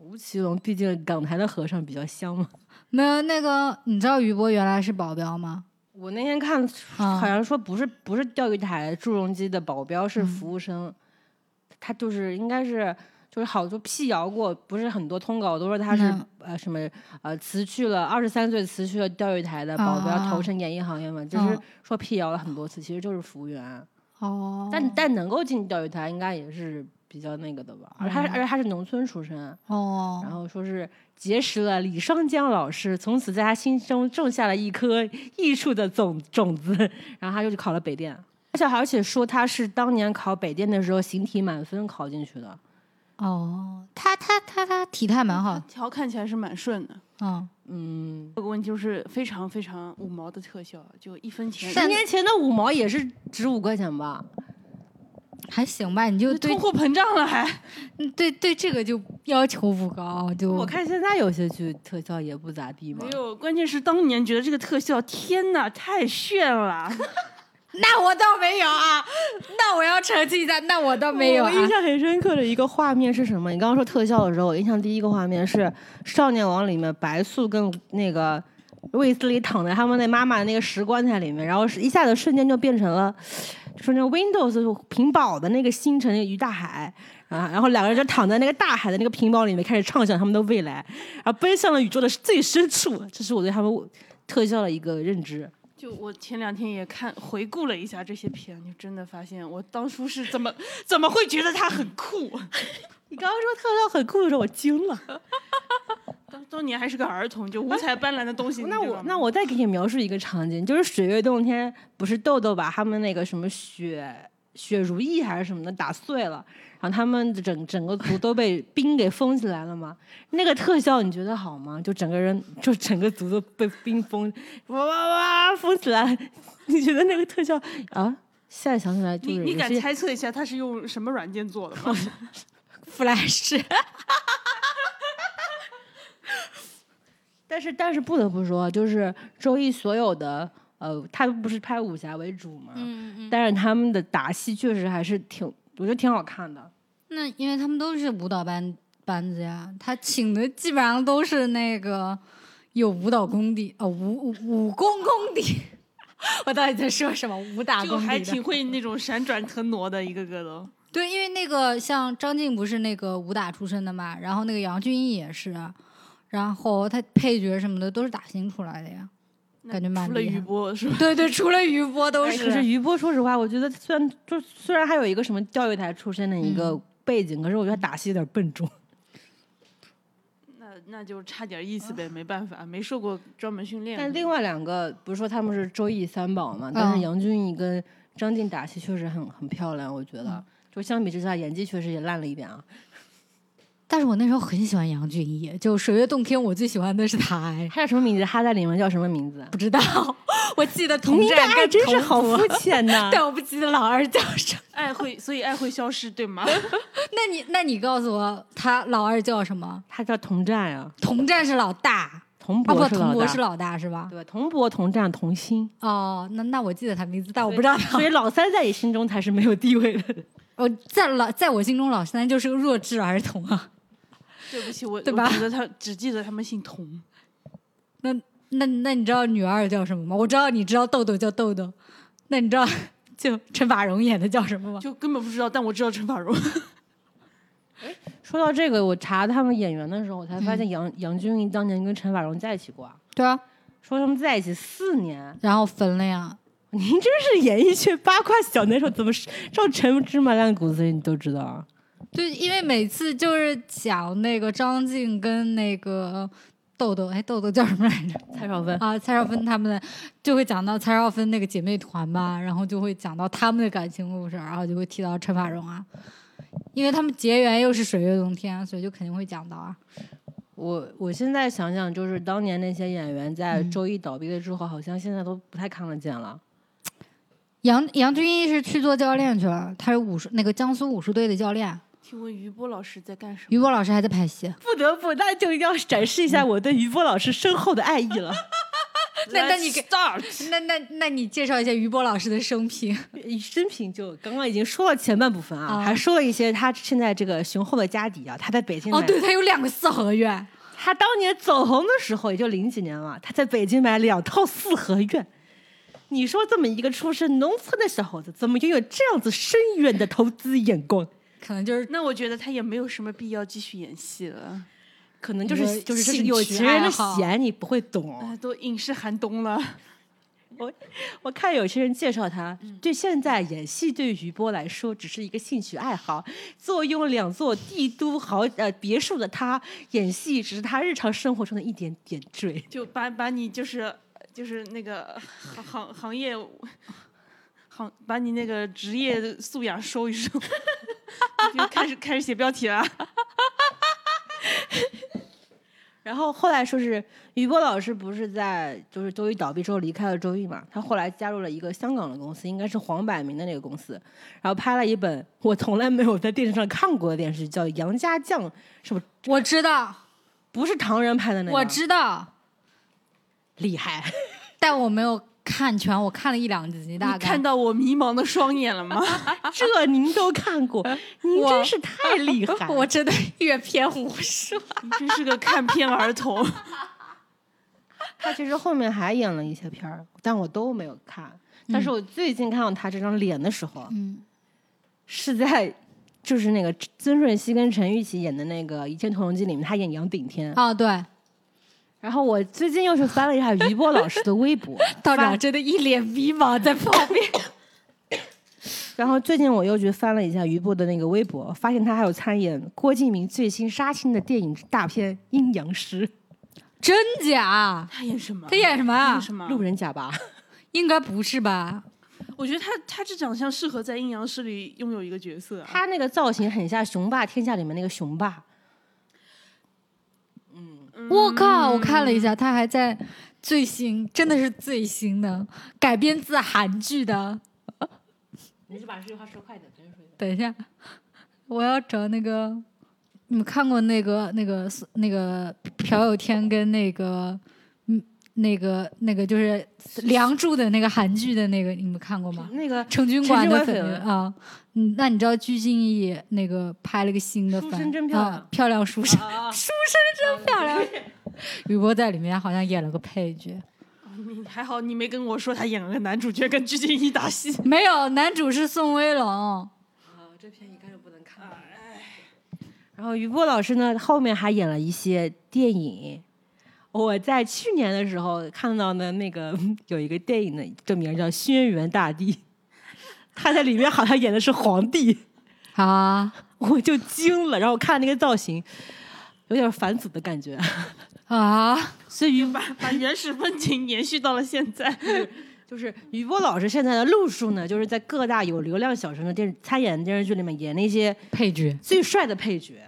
Speaker 1: 吴奇隆毕竟港台的和尚比较香嘛。
Speaker 2: 没有那个？你知道余波原来是保镖吗？嗯
Speaker 1: 我那天看
Speaker 2: 啊
Speaker 1: 好像说不是不是钓鱼台祝融基的保镖
Speaker 2: 嗯
Speaker 1: 是服务生，他就是应该是就是好多辟谣过，不是很多通稿都说他是、
Speaker 2: 嗯
Speaker 1: 呃什么呃辞去了二十三岁辞去了钓鱼台的保镖，
Speaker 2: 啊啊啊
Speaker 1: 投身演艺行业嘛，就是
Speaker 2: 嗯
Speaker 1: 说辟谣了很多次，其实就是服务员，啊
Speaker 2: 哦，
Speaker 1: 但但能够进钓鱼台应该也是比较那个的吧，而他
Speaker 2: 嗯
Speaker 1: 是而且他是农村出身，然
Speaker 2: 哦，
Speaker 1: 后说是结识了李双江老师，从此在他心中种下了一颗艺术的种种子，然后他就去考了北电，而且而且说他是当年考北电的时候形体满分考进去的，
Speaker 2: 哦，他他他他体态蛮好的，
Speaker 3: 调看起来是蛮顺的。
Speaker 2: 嗯，
Speaker 1: 嗯，
Speaker 3: 这个问题就是非常非常五毛的特效，就一分钱。
Speaker 1: 十年前的五毛也是值五块钱吧？
Speaker 2: 还行吧，你就对
Speaker 3: 通货膨胀了还，
Speaker 2: 对对这个就要求不高，就
Speaker 1: 我看现在有些剧特效也不咋地嘛
Speaker 3: 没。有，关键是当年觉得这个特效，天呐，太炫了！
Speaker 2: 那我倒没有啊，那我要澄清一下，那我
Speaker 1: (laughs)
Speaker 2: 倒没有啊
Speaker 1: 我，印象很深刻的一个画面是什么？你刚刚说特效的时候，我印象第一个画面是《少年王》里面白素跟那个卫斯理躺在他们那妈妈的那个石棺材里面，然后是一下子瞬间就变成了，就是那 Windows 屏保的那个星辰那个于大海啊，然后两个人就躺在那个大海的那个屏保里面，开始畅想他们的未来，啊，奔向了宇宙的最深处。这是我对他们特效的一个认知。
Speaker 3: 就我前两天也看回顾了一下这些片，就真的发现我当初是怎么怎么会觉得它很酷？
Speaker 1: 你刚刚说特效很酷的时候，我惊了。
Speaker 3: 当当年还是个儿童，就五彩斑斓的东西。
Speaker 1: 那
Speaker 3: 你知
Speaker 1: 我
Speaker 3: 道吗
Speaker 1: 那我再给你描述一个场景，就是水月洞天不是豆豆把他们那个什么雪雪如意还是什么的打碎了，然后他们整整个族都被冰给封起来了嘛。那个特效你觉得好吗？就整个人就整个族都被冰封，哇哇哇封起来了。 (laughs) 你觉得那个特效啊？现在想起来就
Speaker 3: 你
Speaker 1: 是
Speaker 3: 你
Speaker 1: 有
Speaker 3: 敢
Speaker 1: 些
Speaker 3: 猜测一下它是用什么软件做的吗？
Speaker 2: flash
Speaker 1: 但是但是不得不说，就是周易所有的呃，他不是拍武侠为主嘛，
Speaker 2: 嗯嗯，
Speaker 1: 但是他们的打戏确实还是挺，我觉得挺好看的。
Speaker 2: (laughs) 那因为他们都是舞蹈班班子呀，他请的基本上都是那个有舞蹈功底哦，武武武功功底。 (laughs) 我到底在说什么？武打
Speaker 3: 就
Speaker 2: 功
Speaker 3: 还
Speaker 2: 底的
Speaker 3: 挺。会那种闪转腾挪的，一哦个个都。
Speaker 2: 对，因为那个像张晋不是那个武打出身的嘛，然后那个杨俊逸也是，然后他配角什么的都是打星出来的呀。
Speaker 3: 那
Speaker 2: 感觉蛮
Speaker 3: 除了
Speaker 2: 厉害
Speaker 3: 余
Speaker 2: (laughs)
Speaker 3: 波是吧？
Speaker 2: 对对，除了余波都
Speaker 1: 哎
Speaker 2: 是。
Speaker 1: 可是余波，说实话，我觉得虽然就虽然还有一个什么教育台出身的一
Speaker 2: 嗯
Speaker 1: 个背景，可是我觉得打戏有点笨重。
Speaker 3: 那那就差点意思呗，没办法，没受过专门训练。
Speaker 2: 嗯
Speaker 1: 但另外两个不是说他们是周易三宝嘛，但是
Speaker 2: 嗯
Speaker 1: 杨俊逸跟张晋打戏确实很很漂亮，我觉得。
Speaker 2: 嗯
Speaker 1: 就相比之下，演技确实也烂了一点啊。
Speaker 2: 但是我那时候很喜欢杨俊逸，就《水月洞天》，我最喜欢的是他哎，
Speaker 1: 他叫什么名字？他在里面叫什么名字？啊
Speaker 2: 不知道， (laughs) 我记得
Speaker 1: 你
Speaker 2: 童
Speaker 1: 的
Speaker 2: 战
Speaker 1: 爱
Speaker 2: 跟
Speaker 1: 真是
Speaker 2: 童
Speaker 1: 好
Speaker 2: 博
Speaker 1: 肤浅呐、
Speaker 2: 但我不记得老二叫什么。 (laughs)
Speaker 3: 爱会，所以爱会消失，对吗？
Speaker 2: 那你那你告诉我，他老二叫什么？
Speaker 1: 他叫童战啊，
Speaker 2: 童战是老大，
Speaker 1: 童博
Speaker 2: 啊不，
Speaker 1: 是老
Speaker 2: 童
Speaker 1: 大，
Speaker 2: 博是老大是吧？
Speaker 1: 对，童博、童战、童星。 (laughs)
Speaker 2: 哦，那那我记得他名字，但我不知道他
Speaker 1: 所。以老三在你心中才是没有地位的。
Speaker 2: 我哦在老在我心中，老三就是个弱智儿童啊。
Speaker 3: 对不起，我
Speaker 2: 对
Speaker 3: 我
Speaker 2: 吧
Speaker 3: 觉得他只记得他们姓童，
Speaker 2: 那那那你知道女二叫什么吗？我知道你知道豆豆叫豆豆，那你知道就陈法蓉演的叫什么吗？
Speaker 3: 就根本不知道，但我知道陈法蓉。 (laughs)
Speaker 1: 说到这个，我查他们演员的时候，我才发现杨、杨钧甯当年跟陈法蓉在一起过啊，
Speaker 2: 对啊，
Speaker 1: 说他们在一起四年。
Speaker 2: 然后分了呀。
Speaker 1: 您真是演艺圈八卦小能手，怎么是照陈芝麻烂谷子你都知道啊？
Speaker 2: 对，因为每次就是讲那个张晋跟那个豆豆，哎，豆豆叫什么来着？
Speaker 1: 蔡少芬，
Speaker 2: 啊，蔡少芬他们的就会讲到蔡少芬那个姐妹团嘛，然后就会讲到他们的感情故事，然后就会提到陈法蓉啊，因为他们结缘又是水月洞天，所以就肯定会讲到啊。
Speaker 1: 我我现在想想，就是当年那些演员在周易倒闭了之后，好像现在都不太看得见了。
Speaker 2: 杨杨俊逸是去做教练去了，他是武术那个江苏武术队的教练，
Speaker 3: 请问余波老师在干什么？
Speaker 2: 于波老师还在拍戏。
Speaker 1: 不得不，那就要展示一下我对于波老师深厚的爱意了。
Speaker 2: 那那你给
Speaker 3: start
Speaker 2: 那那那你介绍一下于波老师的生平？
Speaker 1: 以生平就刚刚已经说了前半部分啊，
Speaker 2: 啊
Speaker 1: 还说了一些他现在这个雄厚的家底啊，他在北京买，
Speaker 2: 哦，对，他有两个四合院，
Speaker 1: 他当年走红的时候也就零几年嘛，他在北京买两套四合院。你说这么一个出身农村的小伙子，怎么拥有这样子深远的投资眼光？
Speaker 2: 可能就是
Speaker 3: (laughs) 那我觉得他也没有什么必要继续演戏了，
Speaker 1: 可能就是
Speaker 2: 你的
Speaker 1: 就是就是
Speaker 2: 兴趣
Speaker 1: 有钱人的
Speaker 2: 爱好
Speaker 1: 闲，你不会懂。
Speaker 3: 哎，都影视寒冬了。 (laughs)
Speaker 1: 我看有些人介绍他，
Speaker 2: 嗯
Speaker 1: 对现在演戏对于波来说只是一个兴趣爱好。坐拥两座帝都豪呃别墅的他，演戏只是他日常生活中的一点点缀。
Speaker 3: 就把把你就是就是那个行行行业行 (laughs) 把你那个职业素养收一收，就开始开始写标题了。
Speaker 1: 然后后来说是于波老师不是在就是周易倒闭之后离开了周易嘛，他后来加入了一个香港的公司，应该是黄百鸣的那个公司，然后拍了一本我从来没有在电视上看过的电视，叫《杨家将》，什么
Speaker 2: 我知道，
Speaker 1: 不是唐人拍的那个？
Speaker 2: 我知道，
Speaker 1: 厉害，
Speaker 2: 但我没有看全，我看了一两集大
Speaker 3: 你
Speaker 2: 概
Speaker 3: 看。到我迷茫的双眼了吗？ (laughs)
Speaker 2: (laughs)
Speaker 1: 这您都看过，您
Speaker 2: 我
Speaker 1: 真是太厉害了。
Speaker 2: (laughs) 我真的阅片无数。
Speaker 3: 你真是个看片儿童。 (laughs)
Speaker 1: 他其实后面还演了一些片儿，但我都没有看。但是我最近看到他这张脸的时候，
Speaker 2: 嗯，
Speaker 1: 是在就是那个曾舜晞跟陈玉琪演的那个《倚天屠龙记》里面，他演杨顶天。
Speaker 2: 啊，对，，
Speaker 1: 然后我最近又去翻了一下于波老师的微博
Speaker 2: (laughs) 道
Speaker 1: 发
Speaker 2: 长真的一脸迷茫在旁边。
Speaker 1: 然后最近我又去翻了一下于波的那个微博，发现他还有参演郭敬明最新杀青的电影大片《阴阳师》
Speaker 2: 真假？
Speaker 3: 他演什么？
Speaker 2: 他演什么
Speaker 3: 他
Speaker 2: 啊
Speaker 3: 演？什么？
Speaker 1: 路人甲吧。
Speaker 2: 应该不是吧？
Speaker 3: 我觉得他他这长相适合在阴阳师里拥有一个角色、啊。
Speaker 1: 他那个造型很像《雄霸天下》里面那个雄霸，
Speaker 2: 我靠！我看了一下，他还在最新，真的是最新的，改编自韩剧的。
Speaker 1: 你是把这句话说快点，别人说
Speaker 2: 等一下，我要找那个，你们看过那个那个那个朴有天跟那个嗯那个那个就是《梁祝》的那个韩剧的那个，你们看过吗？
Speaker 1: 那个
Speaker 2: 成均馆的
Speaker 1: 陈
Speaker 2: 粉
Speaker 1: 志伟绯闻
Speaker 2: 丝啊，嗯，那你知道鞠婧祎那个拍了个新的
Speaker 1: 书
Speaker 2: 番，
Speaker 1: 生真漂亮
Speaker 2: 啊漂亮书生，书生真漂亮。雨波在里面好像演了个配角，
Speaker 3: 你还好，你没跟我说他演了个男主角，跟鞠婧祎打戏。
Speaker 2: 没有，男主是宋威龙，
Speaker 1: 啊，这片一看就不能看。然后于波老师呢，后面还演了一些电影。我在去年的时候看到的那个有一个电影的，这名叫《轩辕大帝》，他在里面好像演的是皇帝，
Speaker 2: 好啊，
Speaker 1: 我就惊了。然后我看那个造型，有点返祖的感觉。
Speaker 2: 啊，
Speaker 1: 所以于
Speaker 3: 把把原始风情延续到了现在，
Speaker 1: 就是于波老师现在的路数呢，就是在各大有流量小生的电视参演的电视剧里面演那些
Speaker 2: 配角
Speaker 1: 最帅的配角。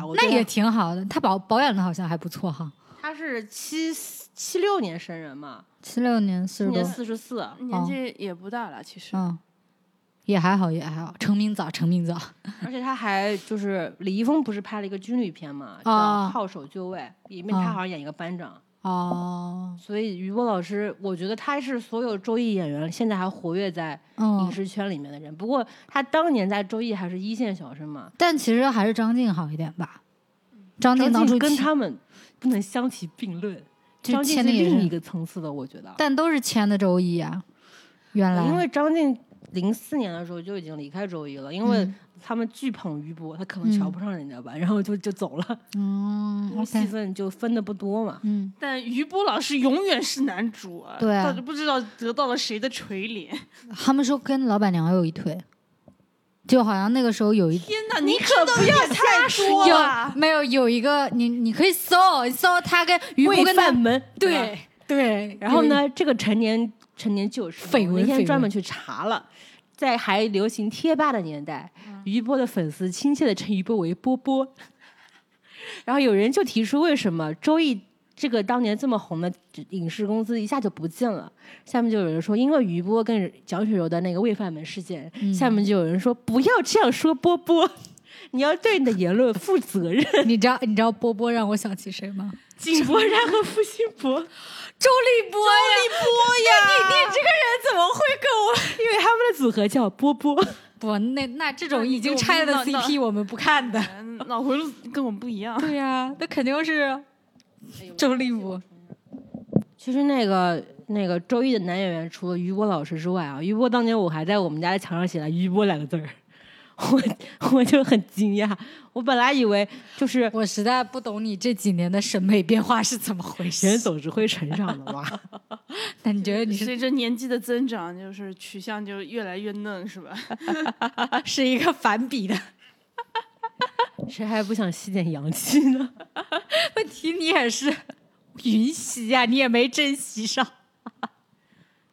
Speaker 1: 啊我，
Speaker 2: 那
Speaker 1: 觉得
Speaker 2: 也挺好的，他保保养的好像还不错哈，
Speaker 1: 他是七七六年生人嘛，
Speaker 2: 七六年四
Speaker 1: 今
Speaker 2: 十
Speaker 1: 年
Speaker 2: 多，
Speaker 1: 四十四。
Speaker 3: (laughs) 年纪也不大了，其实。
Speaker 2: 嗯，也还好，也还好，成名早，成名早，
Speaker 1: 而且他还就是李易峰不是拍了一个军旅片嘛，叫
Speaker 2: 啊
Speaker 1: 《靠手就位》，里面他
Speaker 2: 啊
Speaker 1: 好像演一个班长。
Speaker 2: 哦，
Speaker 1: 所以于波老师，我觉得他是所有周易演员现在还活跃在影
Speaker 2: 嗯，
Speaker 1: 视圈里面的人。不过他当年在周易还是一线小生嘛，
Speaker 2: 但其实还是张晋好一点吧。张晋
Speaker 1: 张
Speaker 2: 当初
Speaker 1: 晋跟
Speaker 2: 起
Speaker 1: 他们不能相提并论，
Speaker 2: 就
Speaker 1: 张晋
Speaker 2: 签
Speaker 1: 是
Speaker 2: 的也
Speaker 1: 另
Speaker 2: 是
Speaker 1: 一个层次的，我觉得。
Speaker 2: 但都是签的周易啊。原来
Speaker 1: 因为张晋零四年的时候就已经离开周易了，因
Speaker 2: 嗯
Speaker 1: 为他们巨捧于波，他可能瞧不上人家吧，然后就就走了，
Speaker 2: 嗯
Speaker 1: 因为戏
Speaker 2: ，OK，
Speaker 1: 份就分的不多嘛。
Speaker 2: 嗯，
Speaker 3: 但于波老师永远是男主、啊，
Speaker 2: 对啊
Speaker 3: 到底不知道得到了谁的垂怜。
Speaker 2: 他们说跟老板娘有一腿，就好像那个时候 (laughs) 有一
Speaker 3: 天哪，你可不要啊太多
Speaker 2: 有
Speaker 3: 了。
Speaker 2: 没有有一个你你可以搜搜他跟于波
Speaker 1: 贵
Speaker 2: 跟他
Speaker 1: 范门吧
Speaker 2: 对对，
Speaker 1: 然后？呢，这个陈年陈年旧事，
Speaker 2: 绯闻
Speaker 1: 我那
Speaker 2: 绯
Speaker 1: 天
Speaker 2: 闻
Speaker 1: 专门去查了。在还流行贴吧的年代，
Speaker 2: 嗯
Speaker 1: 于波的粉丝亲切的称于波为“波波”， (laughs) 然后有人就提出为什么周易这个当年这么红的影视公司一下就不见了？下面就有人说，因为于波跟蒋雪柔的那个喂饭门事件，
Speaker 2: 嗯
Speaker 1: 下面就有人说不要这样说波波， (laughs) 你要对你的言论负责
Speaker 2: (laughs)
Speaker 1: 任。
Speaker 2: (laughs) 你知道你知道波波让我想起谁吗？
Speaker 1: 井 (laughs) 柏然和付辛博。
Speaker 2: 周立波呀，周立 (laughs) 波呀！你你这个人怎么会
Speaker 1: (laughs)
Speaker 2: 跟我？
Speaker 1: 因为他们的组合叫波波，
Speaker 2: 不，那那这种
Speaker 3: 那你
Speaker 2: 已
Speaker 3: 给
Speaker 2: 经
Speaker 3: 我们
Speaker 2: 拆了的
Speaker 3: 弄弄
Speaker 2: CP 我们不看的。
Speaker 3: 嗯脑回路跟我们不一样。
Speaker 2: 对呀、那肯定是周立波。
Speaker 1: 其实那个那个周易的男演员，除了于波老师之外啊，于波当年我还在我们家的墙上写了“于波”两个字儿， (laughs) 我我就很惊讶，我本来以为就是
Speaker 2: 我实在不懂你这几年的审美变化是怎么回
Speaker 1: 人
Speaker 2: 事。
Speaker 1: 总是会成长的嘛。
Speaker 2: 那你觉得你是
Speaker 3: 随着年纪的增长，就是取向就越来越嫩，是吧？
Speaker 2: 是一个反比
Speaker 1: (laughs)
Speaker 2: 的 (laughs)
Speaker 1: 谁还不想吸点阳气呢？
Speaker 2: 问题？你也是云吸啊，你也没珍惜上。
Speaker 1: (laughs)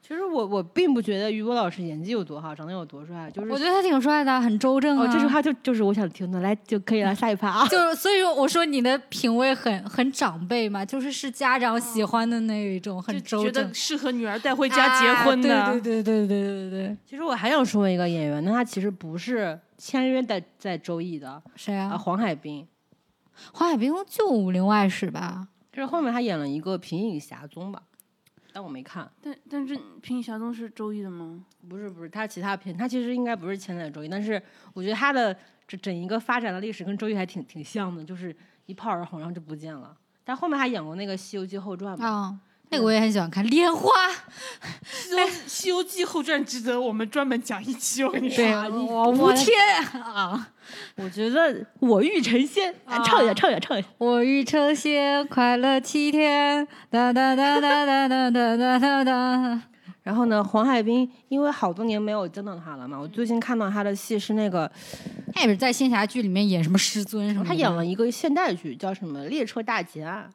Speaker 1: 其其实我我并不觉得于波老师演技有多好，长得有多帅，就是
Speaker 2: 我觉得他挺帅的，很周正啊。
Speaker 1: 哦，这句话就就是我想听的，来就可以来下一趴啊。
Speaker 2: 就是所以说我说你的品味很很长辈嘛，就是是家长喜欢的那一种，很
Speaker 3: 就
Speaker 2: 周
Speaker 3: 觉
Speaker 2: 正
Speaker 3: 得。适合女儿带回家结婚的。
Speaker 2: 啊对对对对对对对，
Speaker 1: (laughs) 其实我还想说一个演员，那他其实不是签约在在周易的
Speaker 2: 谁
Speaker 1: 啊，
Speaker 2: 啊？
Speaker 1: 黄海冰，
Speaker 2: 黄海冰就《武林外史》吧？
Speaker 1: 就是后面他演了一个《平影侠踪》吧，但我没看。
Speaker 3: 但但是《平行侠踪》是周易的吗？
Speaker 1: 不是不是，他其他片他其实应该不是签在周易，但是我觉得他的这整一个发展的历史跟周易还挺挺像的，就是一炮而红，然后就不见了。但后面还演过那个《西游记后传》嘛，
Speaker 2: 啊、那个我也很喜欢看《莲花》。
Speaker 3: 《西游记后传》值得我们专门讲一期，我跟你说。
Speaker 2: 对，我吴 (laughs) 天啊，
Speaker 1: 我觉得我欲成仙，啊唱一下唱一下唱一下。
Speaker 2: 我欲成仙，快乐七天，哒哒哒哒哒哒哒哒哒哒。
Speaker 1: 然后呢，黄海冰因为好多年没有见到他了嘛，我最近看到他的戏是那个，
Speaker 2: 他也是在仙侠剧里面演什么师尊什么的，
Speaker 1: 他演了一个现代剧叫什么《列车大劫案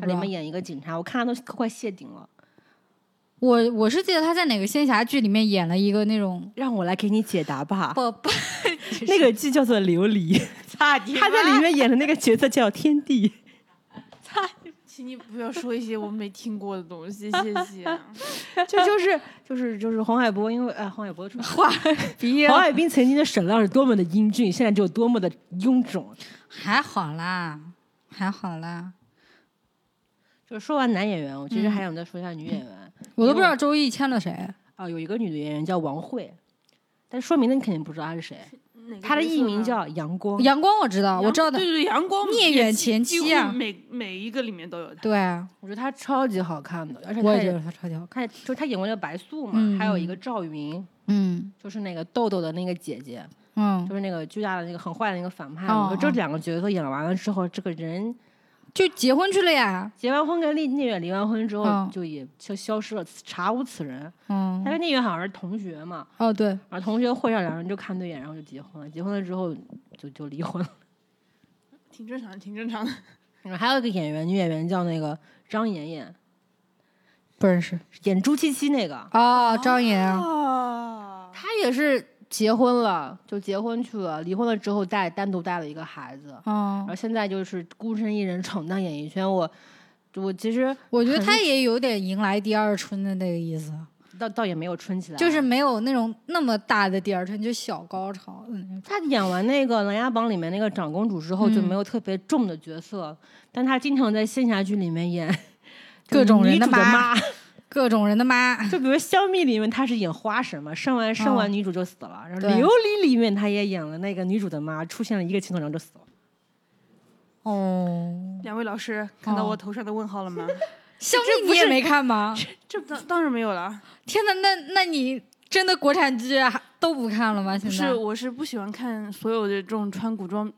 Speaker 1: 他
Speaker 2: 不知
Speaker 1: 里
Speaker 2: 道
Speaker 1: 面演一个警察，我看他都快谢顶了。
Speaker 2: 我我是记得他在哪个仙侠剧里面演了一个那种
Speaker 1: 让我来给你解答吧。
Speaker 2: 不不，
Speaker 1: 那个剧叫做《琉璃》， (laughs)
Speaker 3: 差点
Speaker 1: 他在里面演的那个角色叫天帝。 (laughs)
Speaker 3: 请你不要说一些我没听过的东西，谢谢。
Speaker 1: 这就是就是就是黄海波，因为哎，黄海波出黄 (laughs)
Speaker 2: 毕业
Speaker 1: 海冰曾经的沈浪是多么的英俊，现在就有多么的臃肿。
Speaker 2: 还好啦，还好啦，
Speaker 1: 就是说完男演员，我其实还想再说一下女演员。
Speaker 2: 我都不知道周易签了谁。
Speaker 1: 啊，有一个女的演员叫王慧，但说名字你肯定不知道她是谁，
Speaker 3: (laughs) 哪个
Speaker 1: 她的
Speaker 3: 角色
Speaker 1: 艺名
Speaker 3: 呢
Speaker 1: 叫杨光。
Speaker 2: 阳光我知道，我
Speaker 3: 阳
Speaker 2: 知道的
Speaker 3: 对，对，阳光
Speaker 2: 孽缘前
Speaker 3: 几
Speaker 2: 妻
Speaker 3: 乎
Speaker 2: 啊
Speaker 3: 每每一个里面都有他。
Speaker 2: 对啊，
Speaker 1: 我觉得她超级好看的，而且
Speaker 2: 我
Speaker 1: 她
Speaker 2: 也觉
Speaker 1: 也
Speaker 2: 得他超级好看。
Speaker 1: 看，就是她演过那个白素嘛，还有一个赵云，
Speaker 2: 嗯
Speaker 1: 就是那个豆豆的那个姐姐，
Speaker 2: 嗯，
Speaker 1: 就是那个巨大的那个很坏的那个反派。
Speaker 2: 哦
Speaker 1: 我觉得这
Speaker 2: 哦
Speaker 1: 两个角色演完了之后，这个人
Speaker 2: 就结婚去了呀。
Speaker 1: 结完婚跟聂聂远离完婚之后，
Speaker 2: 嗯
Speaker 1: 就也就消失了，查无此人。
Speaker 2: 嗯
Speaker 1: 他，跟聂远好像是同学嘛，
Speaker 2: 哦对，
Speaker 1: 然后同学会上两人就看对眼，然后就结婚了。结婚了之后就就离婚了。 (laughs)
Speaker 3: 挺正常的，挺正常的。
Speaker 1: 然后还有一个演员，女演员叫那个张妍妍，
Speaker 2: 不认识。
Speaker 1: 演朱七七那个，
Speaker 2: 哦，张岩啊，
Speaker 3: 啊，
Speaker 1: 她也是结婚了，就结婚去了，离婚了之后带单独带了一个孩子，然
Speaker 2: 哦
Speaker 1: 后，现在就是孤身一人闯荡演艺圈。我我其实
Speaker 2: 我觉得他也有点迎来第二春的那个意思，
Speaker 1: 倒倒也没有春起来，啊
Speaker 2: 就是没有那种那么大的第二春，就小高潮的那种。
Speaker 1: 她演完那个《琅琊榜》里面那个长公主之后，就
Speaker 2: 嗯
Speaker 1: 没有特别重的角色，但她经常在仙侠剧里面 (laughs) 演就
Speaker 2: 各种人
Speaker 1: 女
Speaker 2: 的
Speaker 1: 主的
Speaker 2: 妈
Speaker 1: 妈，
Speaker 2: 各种人的妈，
Speaker 1: 就比如《香蜜》里面她是演花神嘛，生完生
Speaker 2: 哦
Speaker 1: 完女主就死了，然后
Speaker 2: 对
Speaker 1: 《琉璃》里面她也演了那个女主的妈，出现了一个情况，然后就死了。
Speaker 2: (laughs) 哦，
Speaker 3: 两位老师看到
Speaker 2: 哦
Speaker 3: 我头上的问号了 (laughs) 吗？
Speaker 2: 香蜜你也没看吗？
Speaker 3: 这当当然没有了。
Speaker 2: 天哪，那那你真的国产剧还都不看了吗？现
Speaker 3: 不
Speaker 2: 在
Speaker 3: 是，我是不喜欢看所有的这种穿古装，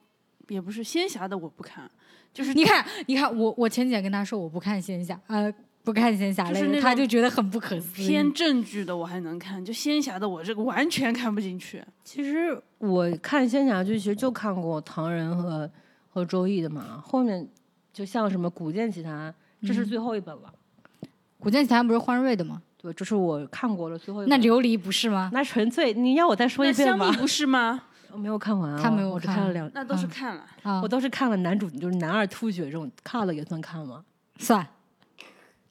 Speaker 3: 也不是仙侠的，我不看，就是
Speaker 2: 你看，你看，我我前几天跟他说我不看仙侠，呃，不看仙侠
Speaker 3: 就
Speaker 2: 类
Speaker 3: 是
Speaker 2: 的，
Speaker 3: 那
Speaker 2: 他
Speaker 3: 种
Speaker 2: 就觉得很不可思议。
Speaker 3: 偏正剧的我还能看，就仙侠的我这个完全看不进去。
Speaker 1: 其实我看仙侠剧，其实就看过唐人和和周易的嘛，后面就像什么《古剑奇谭》，这是最后一本了。
Speaker 2: 古剑奇谭不是欢瑞的吗？
Speaker 1: 对，这是我看过的最后一本。
Speaker 2: 那琉璃不是吗？
Speaker 1: 那纯粹你要我再说一
Speaker 3: 那
Speaker 1: 遍
Speaker 3: 香
Speaker 1: 吗
Speaker 3: 蜜？不是吗？
Speaker 1: 我没有看完啊、
Speaker 2: 他没有
Speaker 1: 我只
Speaker 2: 看
Speaker 1: 看了两，
Speaker 3: 那都是
Speaker 2: 嗯
Speaker 3: 看了，
Speaker 2: 啊
Speaker 1: 我，都是看了男主就是男二突厥这种，看了也算看吗？
Speaker 2: 算，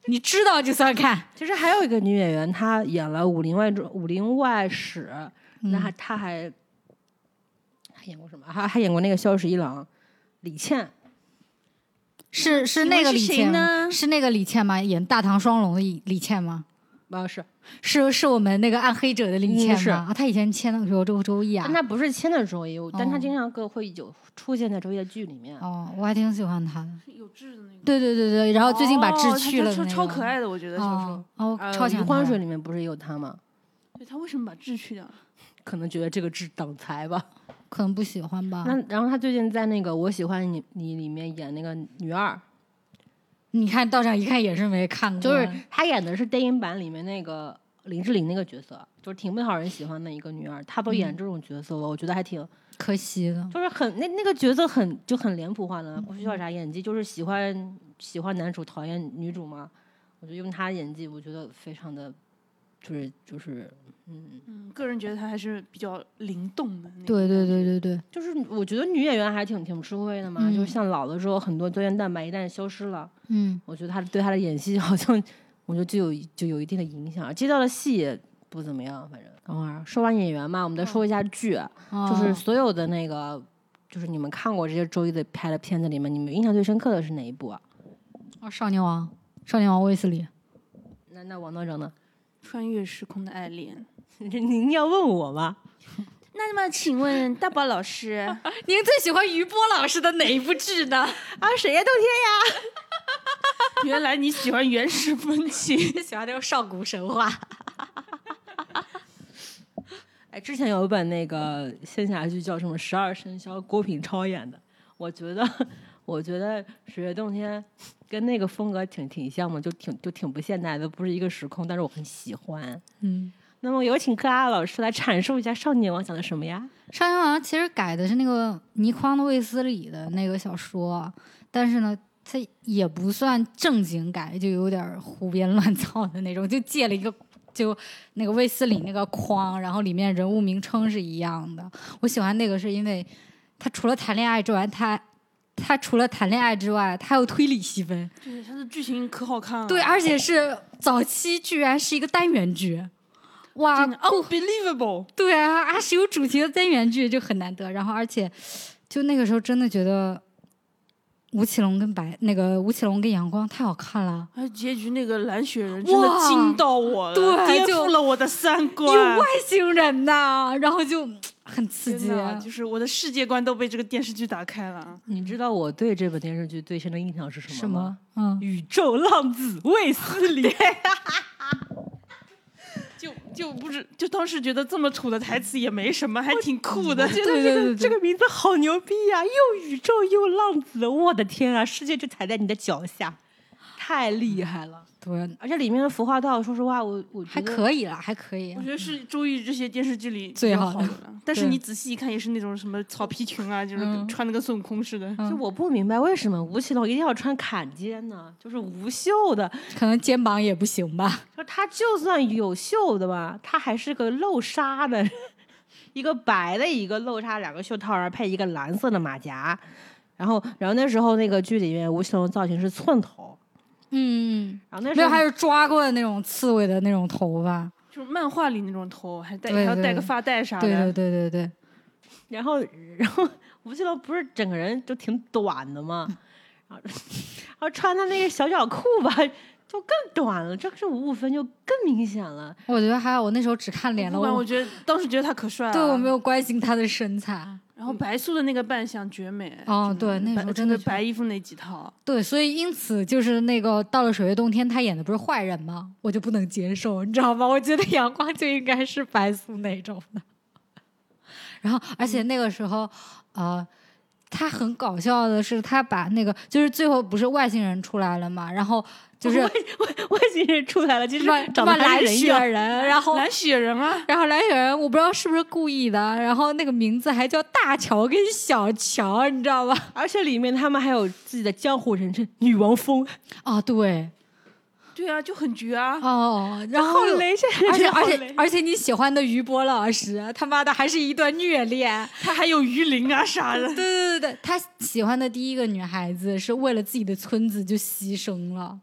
Speaker 2: 你知道就算看。
Speaker 1: 其实还有一个女演员，她演了《武林外传》《武林外史》
Speaker 2: 嗯
Speaker 1: 那还她还还演过什么？还还演过那个《萧十一郎》，李倩，
Speaker 2: 是是
Speaker 3: 请
Speaker 2: 那
Speaker 3: 问
Speaker 2: 个
Speaker 3: 是
Speaker 2: 李
Speaker 3: 谁
Speaker 2: 倩吗？
Speaker 3: 呢
Speaker 2: 是那个李倩吗？演《大唐双龙》的李李倩吗？
Speaker 1: 啊是，
Speaker 2: 是是我们那个暗黑者的李
Speaker 1: 嗯
Speaker 2: 倩
Speaker 1: 是
Speaker 2: 吗？啊，她以前签的周周周易啊
Speaker 1: 但。她不是签的周易，但她
Speaker 2: 哦
Speaker 1: 经常跟会有出现在周易的剧里面。
Speaker 2: 哦，我还挺喜欢她的。
Speaker 3: 有志的那个。
Speaker 2: 对对对对，然后最近把
Speaker 3: 哦
Speaker 2: 志
Speaker 3: 他
Speaker 2: 去
Speaker 3: 他
Speaker 2: 了、那
Speaker 3: 超
Speaker 2: 个
Speaker 3: 超可爱的，我觉得小时候
Speaker 2: 哦。哦，
Speaker 1: 呃
Speaker 2: 超
Speaker 1: 余
Speaker 2: 喜欢她
Speaker 1: 欢
Speaker 2: 的
Speaker 1: 水里面不是也有她吗？
Speaker 3: 对他为什么把志去掉了？
Speaker 1: 可能觉得这个是挡财吧。
Speaker 2: 可能不喜欢吧。
Speaker 1: 那然后她最近在那个《我喜欢你》你里面演那个女二，
Speaker 2: 你看道长一看也是没看过，
Speaker 1: 就是她演的是电影版里面那个林志玲那个角色，就是挺不讨人喜欢的一个女二，她都演这种角色了，我觉得还挺，
Speaker 2: 可惜了。
Speaker 1: 就是很那那个角色很就很脸谱化的，不需要啥演技，就是喜欢喜欢男主讨厌女主嘛，我就用她演技，我觉得非常的就是就是
Speaker 3: 嗯，个人觉得他还是比较灵动的那种
Speaker 2: 对对
Speaker 3: 感
Speaker 2: 对
Speaker 3: 觉，
Speaker 2: 对对，
Speaker 1: 就是，我觉得女演员还挺挺吃亏的嘛。
Speaker 2: 嗯
Speaker 1: 就是像老了之后，很多胶原蛋白一旦消失了，
Speaker 2: 嗯，
Speaker 1: 我觉得她对她的演戏好像，我觉得就有就有一定的影响。接到的戏也不怎么样，反正。等会儿说完演员嘛，我们再说一下剧，就
Speaker 2: 哦
Speaker 1: 是所有的那个，就是你们看过这些周一的拍的片子里面，你们印象最深刻的是哪一部啊？
Speaker 2: 哦，少年王，少年王卫斯理，
Speaker 1: 那那王道长呢？ (laughs)
Speaker 3: 穿越时空的爱恋。
Speaker 1: 您要问我吗？
Speaker 3: 那么，请问大宝老 (laughs) 师，
Speaker 2: 您最喜欢于波老师的哪一部剧呢？
Speaker 1: 啊，谁呀？冬
Speaker 3: 原来你喜欢原始风情？
Speaker 2: 喜欢那种上古神话。
Speaker 1: 天！哎，之前有一本那个仙侠剧叫什么《十二生肖》，郭品超演的。我觉得， (laughs) 我觉得《十月洞天》跟那个风格挺挺像嘛，就挺就挺不现代的，不是一个时空，但是我很喜欢。
Speaker 2: 嗯，
Speaker 1: 那么有请克拉老师来阐述一下《少年王》讲的什么呀？
Speaker 2: 少年王其实改的是那个倪匡的卫斯理的那个小说，但是呢，它也不算正经改，就有点儿胡编乱造的那种，就借了一个。就那个卫斯理那个框，然后里面人物名称是一样的。我喜欢那个是因为他除了谈恋爱之外，他他除了谈恋爱之外，他还有推理戏份。
Speaker 3: (laughs) 对，他的剧情可好看了。
Speaker 2: 对，啊而且是早期居然是一个单元剧，哇
Speaker 3: 真，
Speaker 2: 啊
Speaker 3: 的 unbelievable。
Speaker 2: 对啊，啊是有主题的单元剧就很难得。然后而且就那个时候真的觉得吴奇隆跟白那个吴奇隆跟杨光太好看了，
Speaker 3: 还有结局那个蓝雪人真的
Speaker 2: 哇
Speaker 3: 惊到我了，
Speaker 2: 对
Speaker 3: 颠
Speaker 2: 就
Speaker 3: 覆了我的三
Speaker 2: 有
Speaker 3: 观
Speaker 2: 外。星人呐、然后就嗯很刺激
Speaker 3: 真。的，就是我的世界观都被这个电视剧打开了。
Speaker 1: 你知道我对这本电视剧最深的印象是什么
Speaker 2: 什
Speaker 1: 吗
Speaker 2: 么？？嗯，
Speaker 1: 宇宙浪子卫斯 (laughs) 理。
Speaker 3: 就就不知，就当时觉得这么土的台词也没什么，还挺酷的。
Speaker 1: 觉得这
Speaker 2: 对对
Speaker 1: 个
Speaker 2: 对对
Speaker 1: 这个名字好牛逼呀、又宇宙又浪子，我的天啊！世界就踩在你的脚下，太厉害了！
Speaker 2: 对，
Speaker 1: 而且里面的服化道，说实话，我我
Speaker 2: 还
Speaker 1: 觉得
Speaker 2: 可以啦，还可以
Speaker 3: 我。觉得是周易这些电视剧里
Speaker 2: 最
Speaker 3: 比较
Speaker 2: 好
Speaker 3: 好
Speaker 2: 的
Speaker 3: 了，但是
Speaker 2: 对
Speaker 3: 你仔细一看，也是那种什么草皮裙啊，就是
Speaker 2: 嗯
Speaker 3: 穿的跟孙悟空似的。
Speaker 1: 就
Speaker 2: 嗯，
Speaker 1: 我不明白为什么吴奇隆一定要穿坎肩呢？就是无袖的，
Speaker 2: 可能肩膀也不行吧。
Speaker 1: 说他就算有袖的吧，他还是个露纱的， (laughs) 一个白的，一个露纱，两个袖套，然后配一个蓝色的马甲。然后，然后那时候那个剧里面，吴奇隆的造型是寸头，
Speaker 2: 嗯，
Speaker 1: 然后那时
Speaker 2: 没
Speaker 1: 候
Speaker 2: 有，还有抓过的那种刺猬的那种头发。
Speaker 3: 就是漫画里那种头，还戴
Speaker 2: 对
Speaker 3: 还要戴个
Speaker 2: 对
Speaker 3: 发带啥的。
Speaker 2: 对对对对对，
Speaker 1: 然后，然后吴奇隆不是整个人就挺短的嘛，
Speaker 2: 嗯
Speaker 1: 然后，然后穿他那个小脚裤吧，就更短了，这个是五五分就更明显了。
Speaker 2: 我觉得还好，我那时候只看脸
Speaker 3: 不
Speaker 2: 了，
Speaker 3: 管，我
Speaker 2: 我
Speaker 3: 觉得当时觉得他可帅了。
Speaker 2: 对我没有关心他的身材。
Speaker 3: 然后白素的那个扮相绝美。
Speaker 2: 哦
Speaker 3: 真
Speaker 2: 对
Speaker 3: 的
Speaker 2: 那个
Speaker 3: 白
Speaker 2: 时候真的觉得
Speaker 3: 白衣服那几套，
Speaker 2: 对，所以因此就是那个到了水月洞天，他演的不是坏人吗？我就不能接受，你知道吗？我觉得阳光就应该是白素那种的。然后，而
Speaker 1: 嗯
Speaker 2: 且那个时候，呃，他很搞笑的是，他把那个就是最后不是外星人出来了嘛，然后
Speaker 1: (laughs)
Speaker 2: 就是
Speaker 1: 外外外星人出来了，其实
Speaker 2: 什么什
Speaker 1: 长
Speaker 2: 么
Speaker 1: 得还
Speaker 2: 蓝
Speaker 1: 是人
Speaker 2: 雪
Speaker 1: 样。
Speaker 2: 人，呃然后
Speaker 3: 蓝雪人啊，
Speaker 2: 然后蓝雪人，我不知道是不是故意的，然后那个名字还叫大乔跟小乔，你知道吗？
Speaker 1: 而且里面他们还有自己的江湖人称“女王风
Speaker 2: 啊，对，
Speaker 3: 对啊，就很绝啊。
Speaker 2: 哦，”，然后
Speaker 1: 好雷，这
Speaker 2: (laughs) 而且
Speaker 1: 好
Speaker 2: 而
Speaker 1: 雷
Speaker 2: 且而且你喜欢的于波老师，他妈的还是一段虐 (laughs) 恋。
Speaker 3: 他还有鱼鳞啊啥的
Speaker 2: 对。对对对，他喜欢的第一个女孩子是为了自己的村子就牺牲了，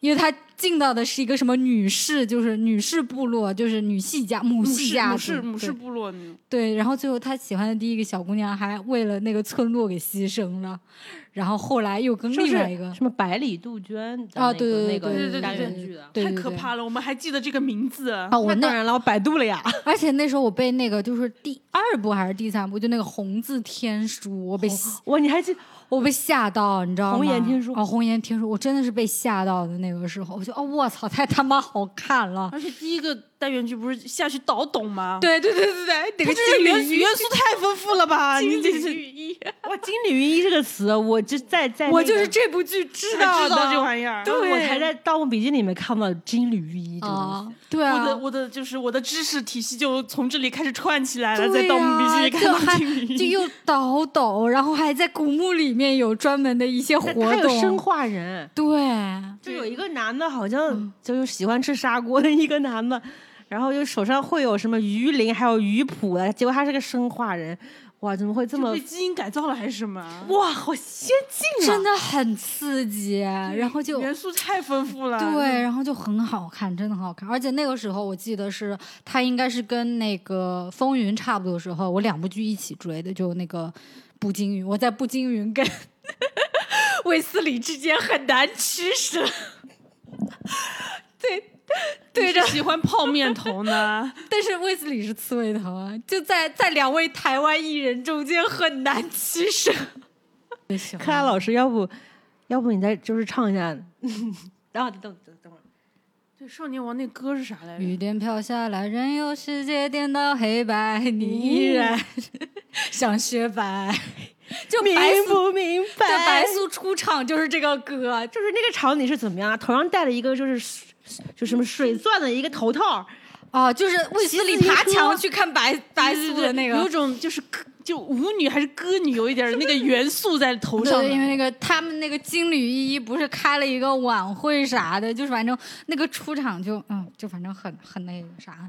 Speaker 2: 因为他进到的是一个什么女士，就是女士部落，就是女系家 (laughs) 母
Speaker 3: 母
Speaker 2: 系
Speaker 3: 氏
Speaker 2: 家族
Speaker 3: 母氏母氏
Speaker 2: 对
Speaker 3: 部落那种，
Speaker 2: 对，然后最后他喜欢的第一个小姑娘还为了那个村落给牺牲了，然后后来又跟
Speaker 1: 是不
Speaker 2: 另
Speaker 1: 是
Speaker 2: 外一个
Speaker 1: 什么百里杜鹃的那个
Speaker 2: 啊
Speaker 1: 那
Speaker 2: 对对对
Speaker 3: 对
Speaker 1: 个
Speaker 3: 对
Speaker 1: 单
Speaker 3: 对
Speaker 1: 元
Speaker 2: 对
Speaker 1: 剧的。
Speaker 2: 对
Speaker 3: 太
Speaker 2: 对
Speaker 3: 可
Speaker 2: 对
Speaker 3: 怕了！我们还记得这个名字，
Speaker 2: 啊，我
Speaker 1: 当
Speaker 2: 那
Speaker 1: 然了，我百度了呀。 (laughs)
Speaker 2: 而且那时候我被那个就是第二部还是第三部，就那个红字天书，我被吓
Speaker 1: 哇，你还记？
Speaker 2: 我被吓到，你知道吗？
Speaker 1: 红颜天书
Speaker 2: 哦，红颜天书，我真的是被吓到的那个时候，我就哦，我操，太他妈好看了！
Speaker 3: 而且第一个单元剧不是下去倒董
Speaker 2: (laughs)
Speaker 3: 吗？
Speaker 2: 对对对对对，那个 (laughs)
Speaker 3: 不这
Speaker 2: 金
Speaker 3: 元
Speaker 2: 缕
Speaker 3: 素
Speaker 2: 玉
Speaker 3: 元素太丰富
Speaker 2: (laughs)
Speaker 3: 了吧？你这是
Speaker 2: 衣，
Speaker 1: 哇，金缕云衣这个词，我就在在那
Speaker 2: 我就是
Speaker 1: 个
Speaker 2: 这部剧知
Speaker 3: 才
Speaker 2: 道
Speaker 3: 知
Speaker 2: 的
Speaker 3: 道这玩意儿。
Speaker 1: 然后我才在《盗墓笔记》里面看到金缕玉衣这个东西。
Speaker 2: 啊，对啊，
Speaker 3: 我的我的就是我的知识体系就从这里开始串起来了，
Speaker 2: 对
Speaker 3: 在《盗墓笔记》里
Speaker 2: 呀
Speaker 3: 看
Speaker 2: 就
Speaker 3: 到
Speaker 2: 还
Speaker 3: 金缕
Speaker 2: 就
Speaker 3: 玉。
Speaker 2: 又倒斗，然后还在古墓里面有专门的一些活
Speaker 1: 还有
Speaker 2: 动，
Speaker 1: 生化人，
Speaker 2: 对，嗯
Speaker 1: 就
Speaker 3: 对
Speaker 1: 有一个男的，好像就是喜欢吃砂锅的一个男的，然后就手上会有什么鱼鳞，还有鱼蹼的，结果他是个生化人，哇，怎么会这么
Speaker 3: 被基因改造了还是什么啊？
Speaker 1: 哇，好先进啊！
Speaker 2: 真的很刺激，然后就
Speaker 3: 元素太丰富了。
Speaker 2: 对，然后就很好看，真的很好看。而且那个时候我记得是它应该是跟那个《风云》差不多的时候，我两部剧一起追的，就那个《步惊云》，我在《步惊云》跟卫斯理之间很难取舍。
Speaker 3: 对着喜欢泡面头呢，
Speaker 2: 但是卫斯理是刺猬头啊，就在在两位台湾艺人中间很难取舍。
Speaker 1: 克拉老师，要不要不你再就是唱一 (laughs) 下？然后等等等会儿，
Speaker 3: 对少年王那歌是啥来着？
Speaker 2: 雨点飘下来，任由世界颠倒黑白，你
Speaker 3: 哎嗯
Speaker 2: 依然像雪白。 (laughs) 就
Speaker 1: 明
Speaker 2: 白素，
Speaker 1: 不明白？
Speaker 2: 对白素出场就是这个歌，就
Speaker 1: 就是那个场景是怎么样啊？头上戴了一个就是就什么水钻的一个头套，
Speaker 2: 啊，就是卫斯理
Speaker 1: 骑自行
Speaker 2: 爬
Speaker 1: 车
Speaker 2: 墙去看白白
Speaker 3: 对
Speaker 2: 素
Speaker 3: 对
Speaker 2: 的
Speaker 3: 对，
Speaker 2: 那
Speaker 3: 有
Speaker 2: 个。
Speaker 3: 种就是歌就舞女还是歌女，有一点那个元素在头上的。
Speaker 2: 因为那个他们那个金缕依依不是开了一个晚会啥的，就是反正那个出场就嗯，就反正很很那个啥，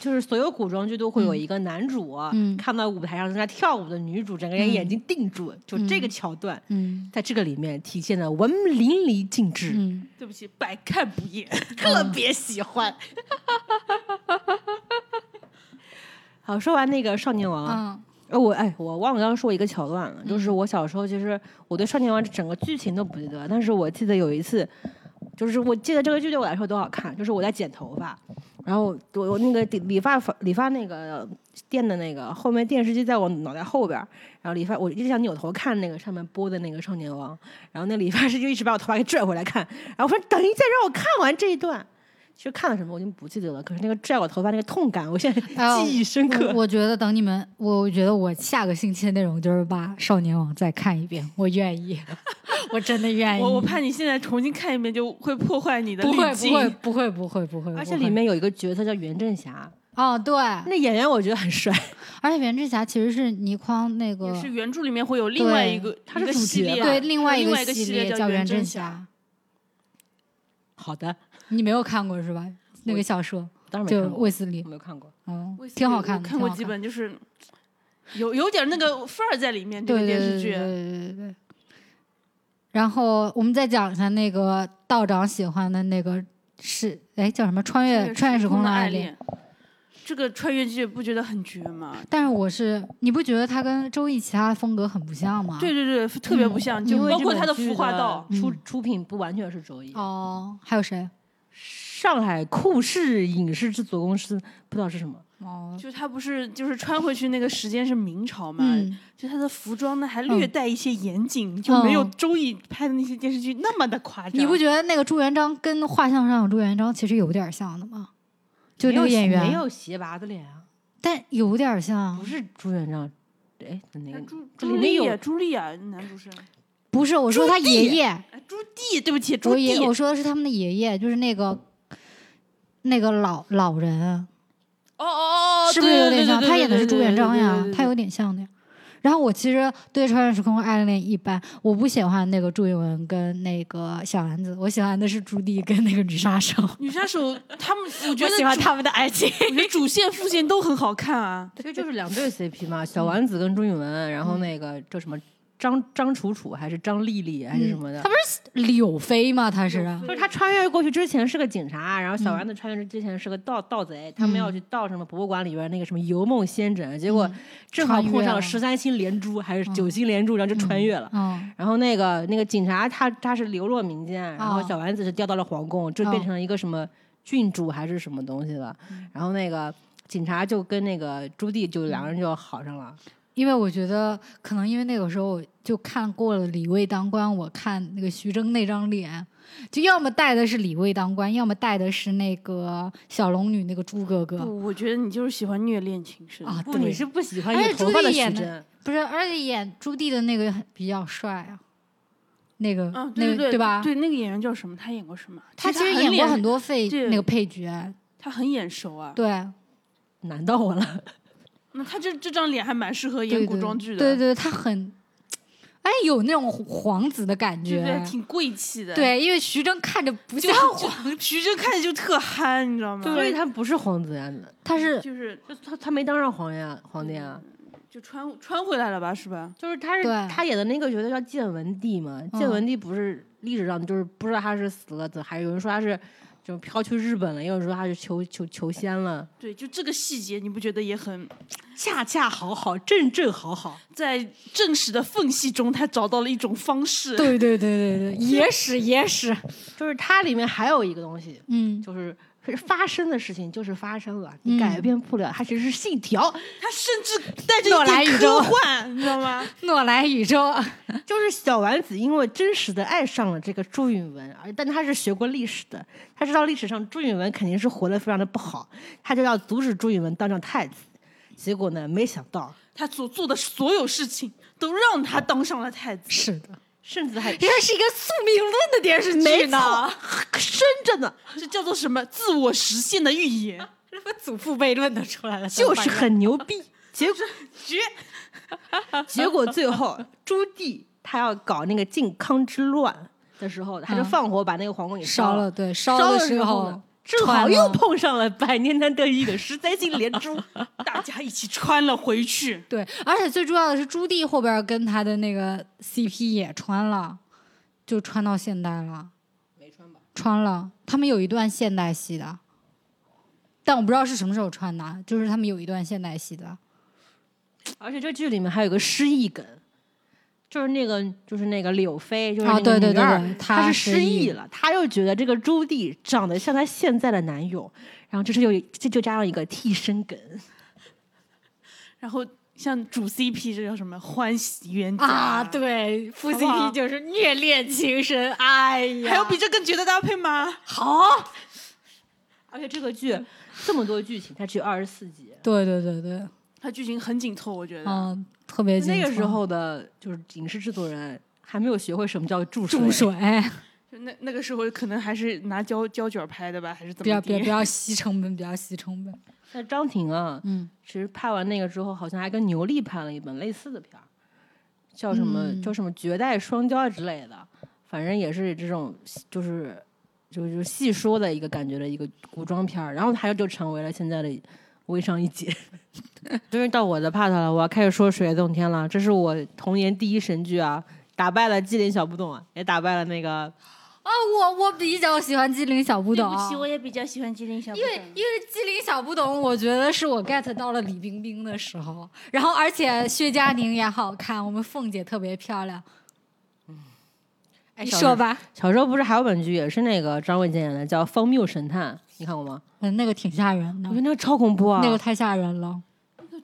Speaker 1: 就是所有古装剧都会有一个男主，啊
Speaker 2: 嗯
Speaker 1: 看到舞台上正在跳舞的女主，整个人眼睛定住，就这个桥段，
Speaker 2: 嗯
Speaker 1: 在这个里面体现的文淋漓尽致，
Speaker 2: 嗯，
Speaker 3: 对不起，百看不
Speaker 2: (laughs)
Speaker 3: 厌。
Speaker 1: 特别喜欢。好，说完那个少年王啊，
Speaker 2: 嗯
Speaker 1: 呃，我哎，我忘了刚刚说一个桥段了，就是我小时候，其实我对《少年王》整个剧情都不记得，但是我记得有一次，就是我记得这个剧对我来说多好看，就是我在剪头发，然后我我那个理理发房理发那个店的那个后面电视机在我脑袋后边儿，然后理发我一直想扭头看那个上面播的那个《少年王》，然后那理发师就一直把我头发给拽回来看，然后我说等一下让我看完这一段。其实看了什么我已经不记得了，可是那个拽我头发那个痛感，我现在
Speaker 2: 哎呦
Speaker 1: 记忆深刻。
Speaker 2: 我我觉得等你们，我我觉得我下个星期的内容就是把《少年王》再看一遍，我愿意， (laughs) 我真的愿意。
Speaker 3: 我我怕你现在重新看一遍就会破坏你的
Speaker 2: 哎不会
Speaker 3: 滤
Speaker 2: 不会
Speaker 3: 镜。
Speaker 2: 不会不会不会，
Speaker 1: 而
Speaker 2: 不
Speaker 1: 且
Speaker 2: 会
Speaker 1: 里面有一个角色叫袁振霞，
Speaker 2: 哦对，
Speaker 1: 那演员我觉得很帅， (laughs)
Speaker 2: 而且袁志霞其实是倪匡那个
Speaker 3: 也是原著里面会有另外一个，
Speaker 1: 他是
Speaker 3: 一个
Speaker 1: 主角
Speaker 3: 系列，
Speaker 1: 吧
Speaker 3: 啊
Speaker 2: 对另外一
Speaker 3: 一
Speaker 2: 个
Speaker 3: 系
Speaker 2: 系列
Speaker 3: 叫
Speaker 2: 叫袁
Speaker 3: 振
Speaker 2: 振
Speaker 3: 霞。
Speaker 2: 霞，
Speaker 1: 好的，
Speaker 2: 你没有看过是吧？那个小说
Speaker 1: 当然没
Speaker 2: 就
Speaker 1: 看过，
Speaker 2: 卫斯理
Speaker 1: 我，没有看过。
Speaker 2: 嗯
Speaker 3: 卫斯，理
Speaker 2: 挺好
Speaker 3: 我
Speaker 2: 看的，
Speaker 3: 看
Speaker 2: 挺
Speaker 3: 过
Speaker 2: 好
Speaker 3: 几
Speaker 2: 看的。
Speaker 3: 本，就是有有点那个范儿在里面。这
Speaker 2: 对
Speaker 3: 个
Speaker 2: 对
Speaker 3: 电
Speaker 2: 对
Speaker 3: 视
Speaker 2: 对
Speaker 3: 剧
Speaker 2: 对对对对。然后我们再讲一下那个道长喜欢的那个是哎叫什么穿越穿越时空
Speaker 3: 的
Speaker 2: 的爱恋，
Speaker 3: 恋，这个穿越剧不觉得很绝吗？
Speaker 2: 但是我是你不觉得他跟周易其他的风格很不像吗？
Speaker 3: 对对对，特别不像，就
Speaker 1: 因为
Speaker 3: 包括
Speaker 1: 这
Speaker 3: 他
Speaker 1: 种
Speaker 3: 的
Speaker 1: 剧
Speaker 3: 服化道，
Speaker 1: 出
Speaker 2: 嗯
Speaker 1: 出品不完全是周易，
Speaker 2: 哦，还有谁？
Speaker 1: 上海酷视影视制作公司不知道是什么，
Speaker 2: 哦，
Speaker 3: 就他不是就是穿回去那个时间是明朝嘛，
Speaker 2: 嗯，
Speaker 3: 就他的服装呢还略带一些严谨，就没有周易拍的那些电视剧那么的夸
Speaker 2: 嗯
Speaker 3: 张。
Speaker 2: 你不觉得那个朱元璋跟画像上的朱元璋其实有点像的吗？就
Speaker 1: 没
Speaker 2: 那
Speaker 1: 有
Speaker 2: 个演员，
Speaker 1: 没有斜拔的脸啊，
Speaker 2: 但有点像
Speaker 1: 不，是朱元璋，哎，那个
Speaker 3: 哎朱
Speaker 1: 这
Speaker 3: 朱
Speaker 1: 里面
Speaker 3: 丽
Speaker 1: 有
Speaker 3: 叶，朱丽亚男主是
Speaker 2: 不是，我说他爷爷，
Speaker 3: 哎朱棣，对不起，朱
Speaker 2: 我爷，
Speaker 3: 棣
Speaker 2: 我说的是他们的爷爷，就是那个那个老老人，啊
Speaker 3: 哦哦哦，
Speaker 2: 是不是
Speaker 3: 对
Speaker 2: 有点像？
Speaker 3: 对对对
Speaker 2: 他演的是
Speaker 3: 对对
Speaker 2: 朱元
Speaker 3: 对
Speaker 2: 璋
Speaker 3: 对
Speaker 2: 呀
Speaker 3: 对对，对
Speaker 2: 他有点像的呀。然后我其实对《穿越时空爱恋》一般，我不喜欢那个朱允炆跟那个小丸子，我喜欢的是朱棣跟那个女杀手。 (laughs)
Speaker 3: 女杀手，他们我觉
Speaker 2: 我
Speaker 3: 得
Speaker 2: 喜欢
Speaker 3: 主
Speaker 2: 他们的爱情。
Speaker 3: 我觉得主线副线都很好看
Speaker 2: (laughs)
Speaker 3: 啊。
Speaker 1: 所以就是两对 CP 嘛，小丸子跟朱允炆，然后那个叫什么张张楚楚还是张丽丽还是什么的
Speaker 2: 他，不是柳飞吗？他是啊
Speaker 3: 柳飞
Speaker 1: 就是他穿越过去之前是个警察，然后
Speaker 2: 嗯
Speaker 1: 小丸子穿越之前是个盗盗贼，他们要去盗什么博物馆里边那个什么游梦仙枕，结果正好碰
Speaker 2: 嗯穿越
Speaker 1: 上了
Speaker 2: 了
Speaker 1: 十三星连珠还是九星连珠，然后就穿越了。
Speaker 2: 嗯，
Speaker 1: 然后那个那个警察他他是流落民间，然后
Speaker 2: 哦
Speaker 1: 小丸子是调到了皇宫，就
Speaker 2: 哦嗯
Speaker 1: 变成了一个什么郡主还是什么东西了。然后那个警察就跟那个朱棣就两个
Speaker 2: 嗯
Speaker 1: 人就好上了。
Speaker 2: 因为我觉得可能因为那个时候我就看过了李卫当官，我看那个徐峥那张脸，就要么带的是李卫当官，要么带的是那个小龙女那个朱哥哥。
Speaker 3: 不，我觉得你就是喜欢虐恋情深
Speaker 2: 啊
Speaker 1: 不，
Speaker 2: 对
Speaker 1: 你是不喜欢
Speaker 2: 而
Speaker 1: 有
Speaker 2: 且
Speaker 1: 头
Speaker 2: 朱
Speaker 1: 发的
Speaker 2: 棣
Speaker 1: 徐
Speaker 2: 演的
Speaker 1: 峥，
Speaker 2: 不是，而且演朱棣的那个很比较帅啊，那个、
Speaker 3: 嗯，
Speaker 2: 那
Speaker 3: 对
Speaker 2: 个
Speaker 3: 对
Speaker 2: 吧？
Speaker 3: 对，那个演员叫什么？他演过什么？
Speaker 2: 他其实
Speaker 3: 很
Speaker 2: 演过
Speaker 3: 脸
Speaker 2: 很，多配
Speaker 3: 这
Speaker 2: 那个配角，
Speaker 3: 他很眼熟啊。
Speaker 2: 对，
Speaker 1: 难到我了。
Speaker 3: 那他这这张脸还蛮适合
Speaker 2: 对
Speaker 3: 演古装剧的。
Speaker 2: 对对对，他很，哎，有那种皇子的感
Speaker 3: 对
Speaker 2: 觉
Speaker 3: 不。对？挺贵气的。，
Speaker 2: 对，啊因为徐峥看着不像皇，
Speaker 3: 徐峥看着就特憨，你知道吗？
Speaker 1: 所以他不是皇子呀，
Speaker 2: 他是嗯
Speaker 3: 就是
Speaker 1: 就他他没当上皇呀，皇帝啊，
Speaker 3: 就穿穿回来了吧，是吧？
Speaker 1: 就是他是
Speaker 2: 对
Speaker 1: 他演的那个角色叫建文帝嘛，建文帝不是历史上就是不知道他是死了，怎还有人说他是就飘去日本了，也有人说他是求求求仙了，
Speaker 3: 对，就这个细节，你不觉得也很
Speaker 1: 恰恰好好，正正好好，
Speaker 3: 在正史的缝隙中，他找到了一种方式？
Speaker 2: 对对对对 (laughs) 对，野史野史，
Speaker 1: 就是它里面还有一个东西，
Speaker 2: 嗯，
Speaker 1: 就是发生的事情就是发生了，
Speaker 2: 嗯
Speaker 1: 你改变不了，它其实是信条，
Speaker 3: 他甚至带着
Speaker 2: 诺
Speaker 3: 一
Speaker 2: 兰
Speaker 3: 点
Speaker 2: 宇宙
Speaker 3: 科幻，你知
Speaker 2: (laughs)
Speaker 3: 道吗？
Speaker 2: 诺兰宇宙，
Speaker 1: 就是小丸子因为真实的爱上了这个朱允文，而但他是学过历史的，他知道历史上朱允文肯定是活得非常的不好，他就要阻止朱允文当上太子。结果呢，没想到，
Speaker 3: 他所做的所有事情都让他当上了太子。
Speaker 2: 是 (laughs) 的，
Speaker 1: 甚至还
Speaker 2: 这是一个宿命论的电视剧
Speaker 1: 没
Speaker 2: 呢
Speaker 1: 错，，生着呢，
Speaker 3: 这叫做什么？自我实现的预言。
Speaker 2: 什么祖父悖论都出来了，
Speaker 1: 就是
Speaker 2: 都发现
Speaker 1: 很牛逼。结果结果最后朱棣他要搞那个靖康之乱的时候，他就
Speaker 2: 嗯
Speaker 1: 放火把那个皇宫给
Speaker 2: 烧
Speaker 1: 了
Speaker 2: 了，。对，
Speaker 1: 嗯烧
Speaker 2: 烧的
Speaker 1: 时
Speaker 2: 时
Speaker 1: 候
Speaker 2: 候
Speaker 1: 呢，正好
Speaker 2: 穿
Speaker 1: 又
Speaker 2: 了
Speaker 1: 碰上了百年难得一遇的十三星连 (laughs) 珠。
Speaker 3: 大家一起穿了回去。
Speaker 2: 对，而且最重要的是，朱棣后边儿跟他的那个 CP 也穿了，就穿到现代了。
Speaker 1: 没穿吧？
Speaker 2: 穿了，他们有一段现代戏的，但我不知道是什么时候穿的，啊就是他们有一段现代戏的。
Speaker 1: 而且这剧里面还有个失忆梗，就是那个就是那个柳妃，就是
Speaker 2: 啊
Speaker 1: 那个
Speaker 2: 对对
Speaker 1: 女二
Speaker 2: 对对
Speaker 1: 她
Speaker 2: 她
Speaker 1: 是
Speaker 2: 失
Speaker 1: 失
Speaker 2: 忆
Speaker 1: 忆了，她又觉得这个朱棣长得像她现在的男友，然后这是又这就加上一个替身梗，
Speaker 3: 然后像主 CP 这叫什么欢喜冤家
Speaker 2: 啊，，对，副
Speaker 3: 好不好
Speaker 2: CP 就是虐恋情深，哎呀，
Speaker 3: 还有比这更绝的搭配吗？
Speaker 2: 好，
Speaker 1: 而且这个剧这么多剧情，它只有二十四集。
Speaker 2: 对对对对，
Speaker 3: 它剧情很紧凑，我觉得。
Speaker 2: 嗯，特别紧
Speaker 1: 那个
Speaker 2: 凑
Speaker 1: 时候的，就是影视制作人还没有学会什么叫注水，
Speaker 2: 注水，
Speaker 3: 就那那个时候可能还是拿胶胶卷拍的吧，还是怎
Speaker 2: 比较
Speaker 3: 么
Speaker 2: 比较比
Speaker 3: (laughs) 地？
Speaker 2: 较吸成本，比较吸成本。
Speaker 1: 那张庭啊，
Speaker 2: 嗯，
Speaker 1: 其实拍完那个之后，好像还跟牛莉拍了一本类似的片儿，叫什么、
Speaker 2: 嗯
Speaker 1: 叫什么《绝代双骄》之类的，反正也是这种就是就是细说的一个感觉的一个古装片儿，然后它就成为了现在的微商一姐。 (laughs) 终于到我的 part 了，我要开始说《水月洞天》了，这是我童年第一神剧啊，打败了《机灵小不懂》，啊也打败了那个
Speaker 2: 啊，我我比较喜欢机灵小不懂，
Speaker 3: 也比较喜欢机灵小
Speaker 2: 因为因为机灵小不懂，我觉得是我 get 到了李冰冰的时候，然后而且薛佳凝也好看，我们凤姐特别漂亮。哎你
Speaker 1: 小
Speaker 2: 说
Speaker 1: 时
Speaker 2: 吧，
Speaker 1: 小时候不是还有本剧也是那个张卫健演的，叫《荒谬神探》，你看过吗？
Speaker 2: 嗯，那个挺吓人的
Speaker 1: 我觉，得那个超恐怖啊！
Speaker 2: 那个太吓人了。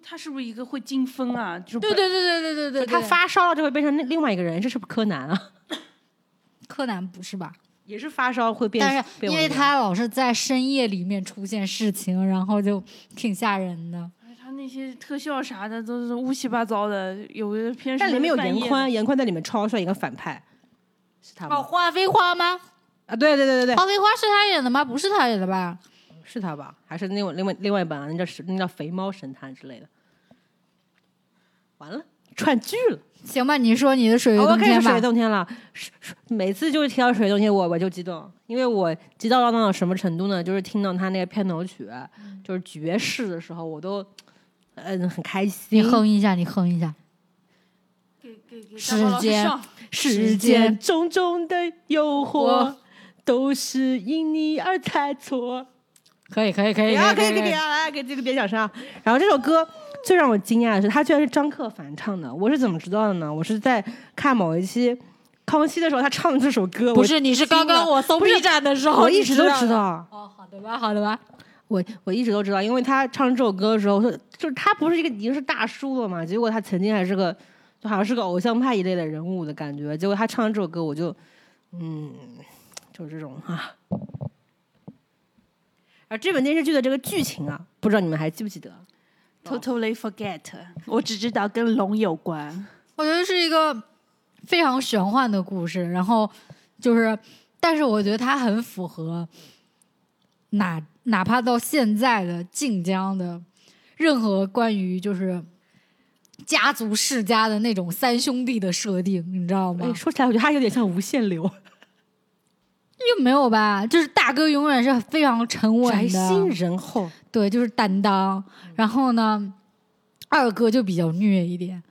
Speaker 3: 他是不是一个会惊风啊？就是
Speaker 2: 对对对对对对对，
Speaker 1: 他发烧了就会变成那另外一个人，这是不是柯南啊？
Speaker 2: 柯南不是吧？
Speaker 1: 也是发烧会变，
Speaker 2: 但是
Speaker 1: 变
Speaker 2: 因
Speaker 1: 为
Speaker 2: 为他老是在深夜里面出现事情，然后就挺吓人的。
Speaker 3: 哎他那些特效啥的都是乌七八糟的，有的片
Speaker 1: 但
Speaker 3: 是
Speaker 1: 里面有
Speaker 3: 半
Speaker 1: 严
Speaker 3: 夜的
Speaker 1: 宽，严宽在里面超帅，一个反派，是他吗？
Speaker 2: 哦，花飞花吗？
Speaker 1: 啊，对对对对对，
Speaker 2: 花飞花是他演的吗？不是他演的吧？
Speaker 1: 是他吧？还是那种另外另外一版啊？那叫是那叫肥猫神探之类的。完了，串剧了。
Speaker 2: 行吧，你说你的水月
Speaker 1: 哦我
Speaker 2: 洞
Speaker 1: 开始
Speaker 2: 天
Speaker 1: 水
Speaker 2: 吧。
Speaker 1: 洞天了，是是每次就是提到水洞天，我我就激动，因为我激动到到什么程度呢？就是听到他那个片头曲，就是爵士的时候，我都嗯很开心。
Speaker 2: 你哼一下，你哼一下。
Speaker 3: 给给给
Speaker 2: 世
Speaker 3: 大宝老师
Speaker 2: 界
Speaker 3: 上
Speaker 1: 世间种种的诱惑
Speaker 2: 我，
Speaker 1: 都是因你而猜错。
Speaker 2: 可以可以可以
Speaker 1: 啊，可以可以可以，
Speaker 2: 哎
Speaker 1: 来给这个别掌声啊。然后这首歌最让我惊讶的是，它居然是张克凡唱的。我是怎么知道的呢？我是在看某一期《康熙》的时候，他唱的这首歌。
Speaker 2: 不是，你是刚刚我搜
Speaker 1: 不是
Speaker 2: B 站的时
Speaker 1: 我，
Speaker 2: 候，
Speaker 1: 我一直都啊知
Speaker 2: 你的。
Speaker 1: 道，
Speaker 2: 哦，好的吧，好的吧。
Speaker 1: 我我一直都知道，因为他唱这首歌的时候，我说就是他不是一个已经是大叔了嘛，结果他曾经还是个就好像是个偶像派一类的人物的感觉，结果他唱这首歌，我就嗯，就是这种啊。而这本电视剧的这个剧情啊，不知道你们还记不记得？
Speaker 3: (laughs) totally forget，我只知道跟龙有关。
Speaker 2: 我觉得是一个非常玄幻的故事，然后就是，但是我觉得它很符合哪哪怕到现在的晋江的任何关于就是家族世家的那种三兄弟的设定，你知道吗？
Speaker 1: 哎，说起来我觉得他有点像无限流，
Speaker 2: 并没有吧，就是大哥永远是非常沉
Speaker 1: 宅
Speaker 2: 稳
Speaker 1: 心
Speaker 2: 的，
Speaker 1: 仁厚，
Speaker 2: 对，就是担当。然后呢，二哥就比较虐一点，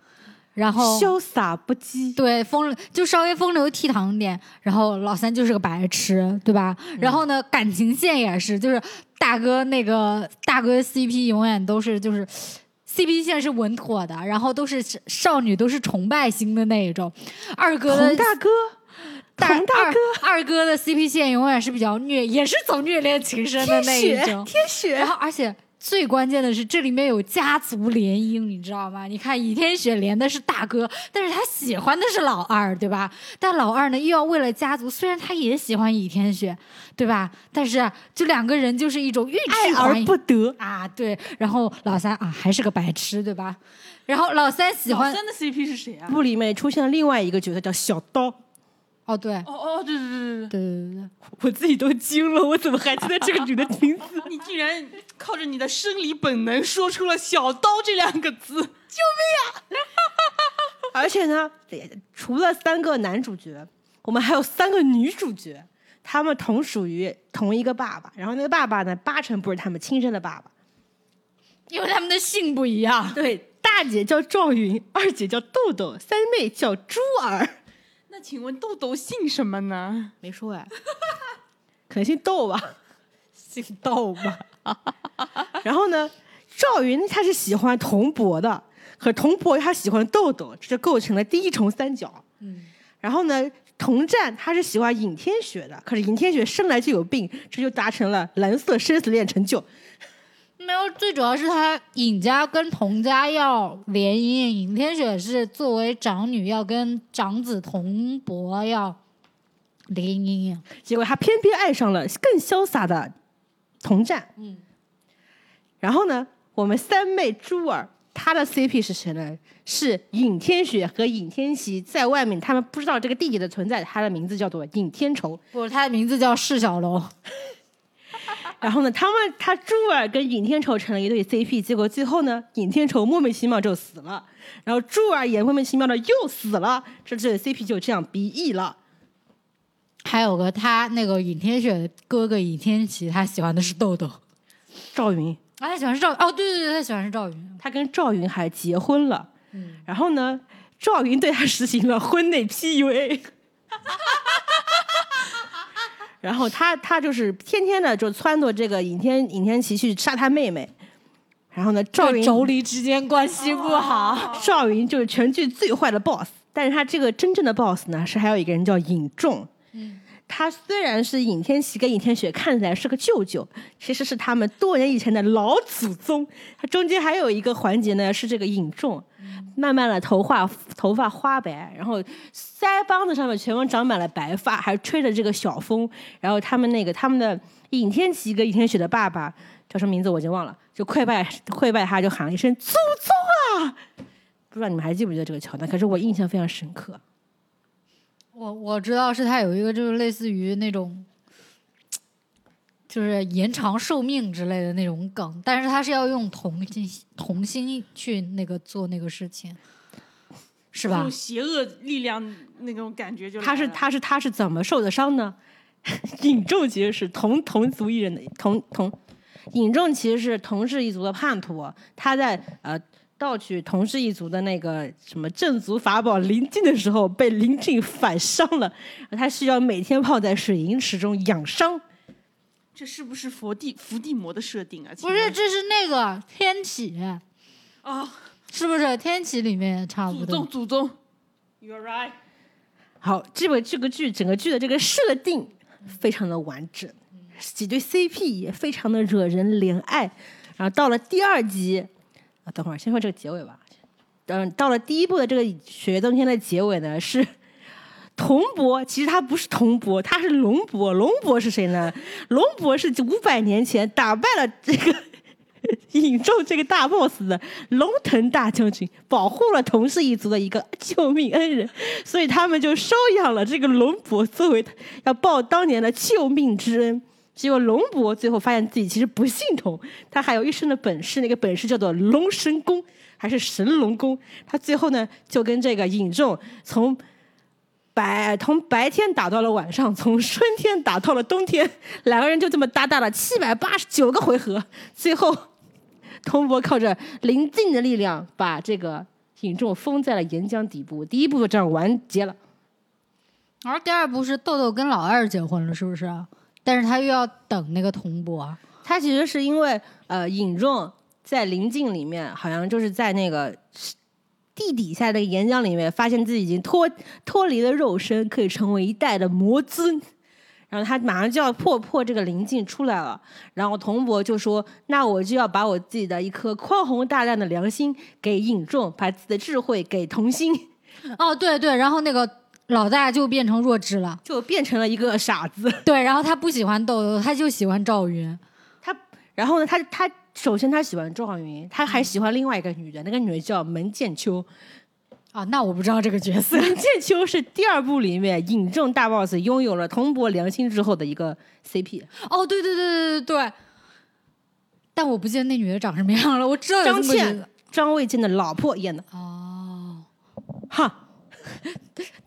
Speaker 2: 然后
Speaker 1: 潇洒不羁，
Speaker 2: 对，风就稍微风流倜傥一点。然后老三就是个白痴，对吧？然后呢，感情线也是，就是大哥那个大哥 CP 永远都是就是 CP 线是稳妥的，然后都是少女都是崇拜心的那一种。二哥的
Speaker 1: 童大哥，
Speaker 2: 大
Speaker 1: 童大哥，
Speaker 2: 二二哥的 CP 线永远是比较虐，也是走虐恋情深的那一种。哎
Speaker 1: 天雪
Speaker 2: 然，后，而且最关键的是，这里面有家族联姻，你知道吗？你看倚天雪怜的是大哥，但是他喜欢的是老二，对吧？但老二呢，又要为了家族，虽然他也喜欢倚天雪，对吧？但是就两个人就是一种欲
Speaker 1: 爱
Speaker 2: 拒
Speaker 1: 而
Speaker 2: 还迎
Speaker 1: 不得，
Speaker 2: 啊，对。然后老三啊，还是个白痴，对吧？然后老三喜
Speaker 3: 老
Speaker 2: 欢
Speaker 3: 三的 CP 是谁啊？
Speaker 1: 部里面出现了另外一个角色叫小刀，
Speaker 2: 哦，对，
Speaker 3: 哦哦，对对对对
Speaker 2: 对对对对。
Speaker 1: 我自己都惊了，我怎么还记得这个女的名字？ (laughs)
Speaker 3: 对，你竟然靠着你的生理本能说出了“小刀”这两个字，
Speaker 1: 而且呢，除了三个男主角，我们还有三个女主角，他们同属于同一个爸爸，然后那个爸爸呢，八成不是他们亲生的爸爸。
Speaker 2: 因为他们的姓不一样，
Speaker 1: 对，大姐叫赵云，二姐叫豆豆，三妹叫珠儿。
Speaker 3: 那请问豆豆姓什么呢？
Speaker 1: 没说哎，可能姓窦吧， (laughs) 姓窦吧。 (laughs) 然后呢，赵云他是喜欢童博的，可童博他喜欢豆豆，这就构成了第一重三角。
Speaker 2: 嗯，
Speaker 1: 然后呢，童战他是喜欢尹天雪的，可是尹天雪生来就有病，这就达成了蓝色生死恋成就。
Speaker 2: 没有，最主要是他尹家跟童家要联姻，尹天雪是作为长女要跟长子童博要联姻，
Speaker 1: 结果他偏偏爱上了更潇洒的童战。
Speaker 2: 嗯，
Speaker 1: 然后呢，我们三妹珠儿，她的 CP 是谁呢？是尹天雪和尹天喜，在外面他们不知道这个弟弟的存在，他的名字叫做尹天仇。
Speaker 2: 不，他的名字叫释小龙，
Speaker 1: 然后呢，他们他珠儿跟尹天仇成了一对 CP，结果最后呢，尹天仇莫名其妙就死了，然后珠儿也莫名其妙的又死了，这对 CP 就这样 BE 了。
Speaker 2: 还有个他那个尹天雪的哥哥尹天琪，他喜欢的是豆豆，
Speaker 1: 赵云，
Speaker 2: 啊，他喜欢是赵，哦，对对对，他喜欢是赵云，
Speaker 1: 他跟赵云还结婚了，然后呢，赵云对他实行了婚内 PUA，然后他他就是天天的就撺掇这个尹天尹天琪去杀他妹妹，然后呢，赵云
Speaker 2: 妯娌之间关系不
Speaker 1: (laughs)
Speaker 2: 好，
Speaker 1: 赵云就是全剧最坏的 BOSS，但是他这个真正的 BOSS 呢，是还有一个人叫尹仲。他虽然是尹天琪跟尹天雪看起来是个舅舅，其实是他们多年以前的老祖宗。他中间还有一个环节呢，是这个尹仲，慢慢的头发头发花白，然后腮帮子上面全部长满了白发，还吹着这个小风。然后他们那个他们的尹天琪跟尹天雪的爸爸叫什么名字我已经忘了，就跪拜跪拜他，就喊了一声祖宗啊！不知道你们还记不记得这个桥
Speaker 3: 嗯
Speaker 1: 段，可是我印象非常深刻。
Speaker 2: 我我知道是他有一个就是类似于那种，就是延长寿命之类的那种梗，但是他是要用童心童心去那个做那个事情，是
Speaker 3: 这
Speaker 2: 吧
Speaker 3: 种？邪恶力量那种感觉就来
Speaker 1: 他是
Speaker 3: 了
Speaker 1: 他是他是怎么受的伤呢？ (laughs) 尹仲其实是同同族一人的同同，尹仲其实是同氏一族的叛徒，啊他在呃盗取同氏一族的那个什么镇族法宝临近的时候，被临近反伤了，他需要每天泡在水银池中养伤。
Speaker 3: 这是不是伏地伏地魔的设定啊？
Speaker 2: 不
Speaker 3: 请
Speaker 2: 是，
Speaker 3: 问
Speaker 2: 这是那个天启，
Speaker 3: 哦，
Speaker 2: 是不是天启里面也差不
Speaker 3: 祖
Speaker 2: 多
Speaker 3: 宗？祖宗，You're right。
Speaker 1: 好，这个这个剧整个剧的这个设定非常的完整，几对 CP 也非常的惹人怜爱。然后到了第二集，啊，等会儿先说这个结尾吧。嗯，到了第一部的这个《雪月洞天》的结尾呢，是童博，其实他不是童博，他是龙博。龙博是谁呢？龙博是五百年前打败了这个引中这个大 boss 的龙腾大将军，保护了同氏一族的一个救命恩人，所以他们就收养了这个龙博作为要报当年的救命之恩。结果龙伯最后发现自己其实不姓童，他还有一身的本事，那个本事叫做龙神功，还是神龙功。他最后呢，就跟这个尹仲从白从白天打到了晚上，从春天打到了冬天，两个人就这么搭档了七百八十九个回合，最后童博靠着临近的力量把这个尹仲封在了岩浆底部。第一部就这样完结了。
Speaker 2: 而第二部是豆豆跟老二结婚了，是不是？但是他又要等那个铜箔，
Speaker 1: (laughs) 他其实是因为呃，尹仲在临近里面，好像就是在那个地底下的岩浆里面，发现自己已经脱脱离了肉身，可以成为一代的魔尊。然后他马上就要破破这个临近出来了，然后童博就说：“那我就要把我自己的一颗宽宏大量的良心给尹仲，把自己的智慧给童心，
Speaker 3: 嗯
Speaker 2: 哦，对对，然后那个老大就变成弱智了，
Speaker 1: 就变成了一个傻子。”
Speaker 2: 对，然后他不喜欢豆豆，他就喜欢赵云，
Speaker 1: 他，然后呢，他他首先他喜欢周航云，他
Speaker 2: 嗯
Speaker 1: 还喜欢另外一个女的，那个女的叫门剑秋。
Speaker 2: 啊，那我不知道这个角
Speaker 3: (laughs)
Speaker 2: 色
Speaker 1: 门剑秋是第二部里面尹正大 boss 拥有了铜箔良心之后的一个 CP，
Speaker 2: 哦，对对对对对对，但我不记得那女的长什么样了，我知道有
Speaker 1: 张
Speaker 2: 这么个
Speaker 1: 倩
Speaker 2: 角色
Speaker 1: 张卫健的老婆演的。
Speaker 2: 哦，
Speaker 1: 哈，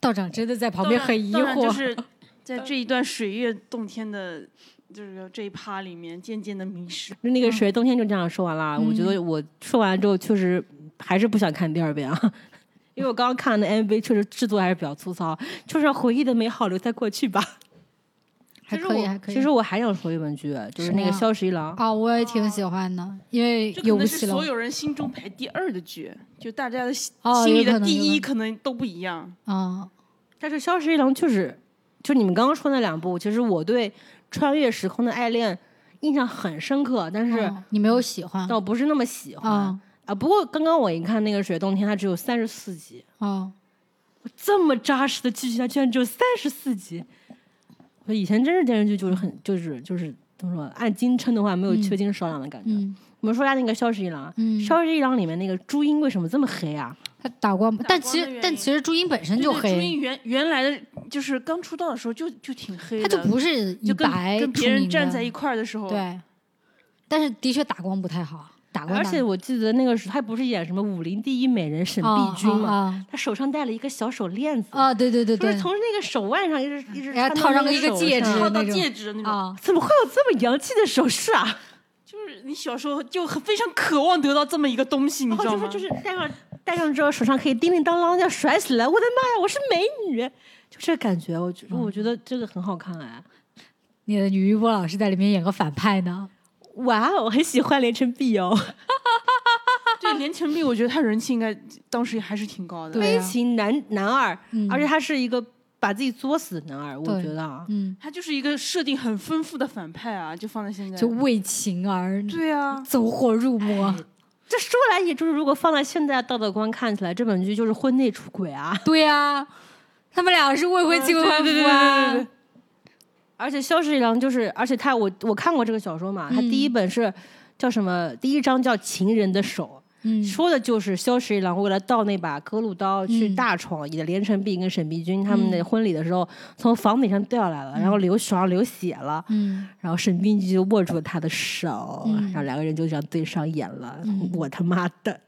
Speaker 2: 道长真的在旁
Speaker 3: 当
Speaker 2: 边
Speaker 3: 然
Speaker 2: 很疑
Speaker 3: 当然就
Speaker 2: 惑， (laughs)
Speaker 3: 是在这一段水月洞天的，就是这一趴里面，渐渐的迷失。
Speaker 1: 那个谁，冬天就这样说完了。
Speaker 2: 嗯
Speaker 1: 我觉得我说完之后，确实还是不想看第二遍啊。 (laughs) 因为我刚刚看的 MV，确实制作还是比较粗糙，就是回忆的美好留在过去吧。
Speaker 2: 还
Speaker 1: 其实
Speaker 2: 可以
Speaker 1: 我
Speaker 2: 还可以。
Speaker 1: 其实我还想说一本剧，就是那
Speaker 2: 什么呀
Speaker 1: 个萧十一郎，
Speaker 2: 啊、我也挺喜欢的，因为
Speaker 3: 这
Speaker 2: 有不
Speaker 3: 可能是
Speaker 2: 起了
Speaker 3: 所有人心中排第二的剧，就大家的心
Speaker 2: 哦，
Speaker 3: 心
Speaker 2: 有
Speaker 3: 里
Speaker 2: 可
Speaker 3: 的
Speaker 2: 能
Speaker 3: 第一
Speaker 2: 有可
Speaker 3: 可能都不一样。
Speaker 2: 能啊，
Speaker 1: 但是《消失一郎》确实，就你们刚刚说那两部，其实我对穿越时空的爱恋印象很深刻，但是
Speaker 2: 嗯你没有喜欢
Speaker 1: 但我不是那么喜欢、
Speaker 2: 啊
Speaker 1: 啊。不过刚刚我一看那个《水洞天》，它只有三十四集，
Speaker 2: 啊
Speaker 1: 这么扎实的剧情，它居然只有三十四集。我以前真是电视剧就是很就是就是怎么说，按斤称的话没有缺斤少两的感觉。
Speaker 2: 嗯
Speaker 1: 我们说一下那个《消失一郎》，
Speaker 2: 嗯
Speaker 1: 消失一郎》里面那个朱茵为什么这么黑啊？
Speaker 2: 他打光，但
Speaker 3: 光
Speaker 2: 其
Speaker 3: 的
Speaker 2: 实
Speaker 3: 原
Speaker 2: 但
Speaker 3: 因
Speaker 2: 其实朱茵本身就
Speaker 3: 对对朱
Speaker 2: 黑，
Speaker 3: 茵原原来的就是刚出道的时候就就挺黑
Speaker 2: 他
Speaker 3: 的，
Speaker 2: 就不是以
Speaker 3: 就跟
Speaker 2: 白
Speaker 3: 跟
Speaker 2: 出
Speaker 3: 别人
Speaker 2: 名
Speaker 3: 站
Speaker 2: 的
Speaker 3: 在一块儿的时候，
Speaker 2: 对，但是的确打光不太好，打光
Speaker 1: 而
Speaker 2: 打
Speaker 1: 且我记得那个时候他不是演什么武林第一美人沈
Speaker 2: 啊
Speaker 1: 碧君嘛，
Speaker 2: 啊
Speaker 1: 他手上戴了一个小手链子，
Speaker 2: 啊，啊对对对
Speaker 1: 就
Speaker 2: 对
Speaker 1: 是，从那个手腕上一直一直
Speaker 2: 然
Speaker 1: 穿
Speaker 2: 后
Speaker 1: 到
Speaker 2: 套上
Speaker 1: 那
Speaker 2: 了一个
Speaker 1: 手
Speaker 2: 戒指
Speaker 1: 上
Speaker 3: 套
Speaker 2: 那
Speaker 3: 到
Speaker 2: 种
Speaker 3: 戒指那种，
Speaker 2: 啊，
Speaker 1: 怎么会有这么洋气的首饰啊？
Speaker 3: 就是你小时候就很非常渴望得到这么一个东西，你
Speaker 1: 然后
Speaker 3: 知道
Speaker 1: 哦就
Speaker 3: 吗？
Speaker 1: 是就是戴上戴上之后手上可以叮叮当当这样甩起来，我的妈呀，我是美女，就这感觉，我觉我觉得这个很好看哎。
Speaker 2: 你的女玉波老师在里面演个反派呢，
Speaker 1: 哇哦，我很喜欢连城璧哦，
Speaker 3: 对连城璧，我觉得他人气应该当时还是挺高的。
Speaker 2: 对
Speaker 1: 悲
Speaker 2: 啊
Speaker 1: 情男男二，
Speaker 2: 嗯
Speaker 1: 而且他是一个把自己作死的男二，我
Speaker 2: 对
Speaker 1: 觉得啊，
Speaker 2: 嗯，
Speaker 3: 他就是一个设定很丰富的反派啊，就放在现在。
Speaker 2: 就为情而
Speaker 3: 对啊，
Speaker 2: 走火入魔，
Speaker 3: 哎
Speaker 1: 这说来也就是，如果放在现在道德观看起来，这本剧就是婚内出轨啊。
Speaker 2: 对啊，他们俩是未婚妻未
Speaker 3: 对
Speaker 2: 婚
Speaker 3: 对对
Speaker 2: 夫
Speaker 3: 对对
Speaker 2: 啊
Speaker 3: 对，
Speaker 1: 而且萧十一郎就是，而且他我我看过这个小说
Speaker 2: 嗯
Speaker 1: 嘛，他第一本是叫什么？第一章叫《情人的手》，
Speaker 2: 嗯
Speaker 1: 说的就是萧十一郎为了盗那把格鲁刀去
Speaker 2: 嗯
Speaker 1: 大闯你的连城璧跟沈碧君他们的婚礼的时候，从房顶上掉下来了，然后流手上流血了，
Speaker 2: 嗯，
Speaker 1: 然后沈碧君就握住了他的手，
Speaker 2: 嗯
Speaker 1: 然后两个人就这样对上眼了。
Speaker 2: 嗯
Speaker 1: 我他妈的！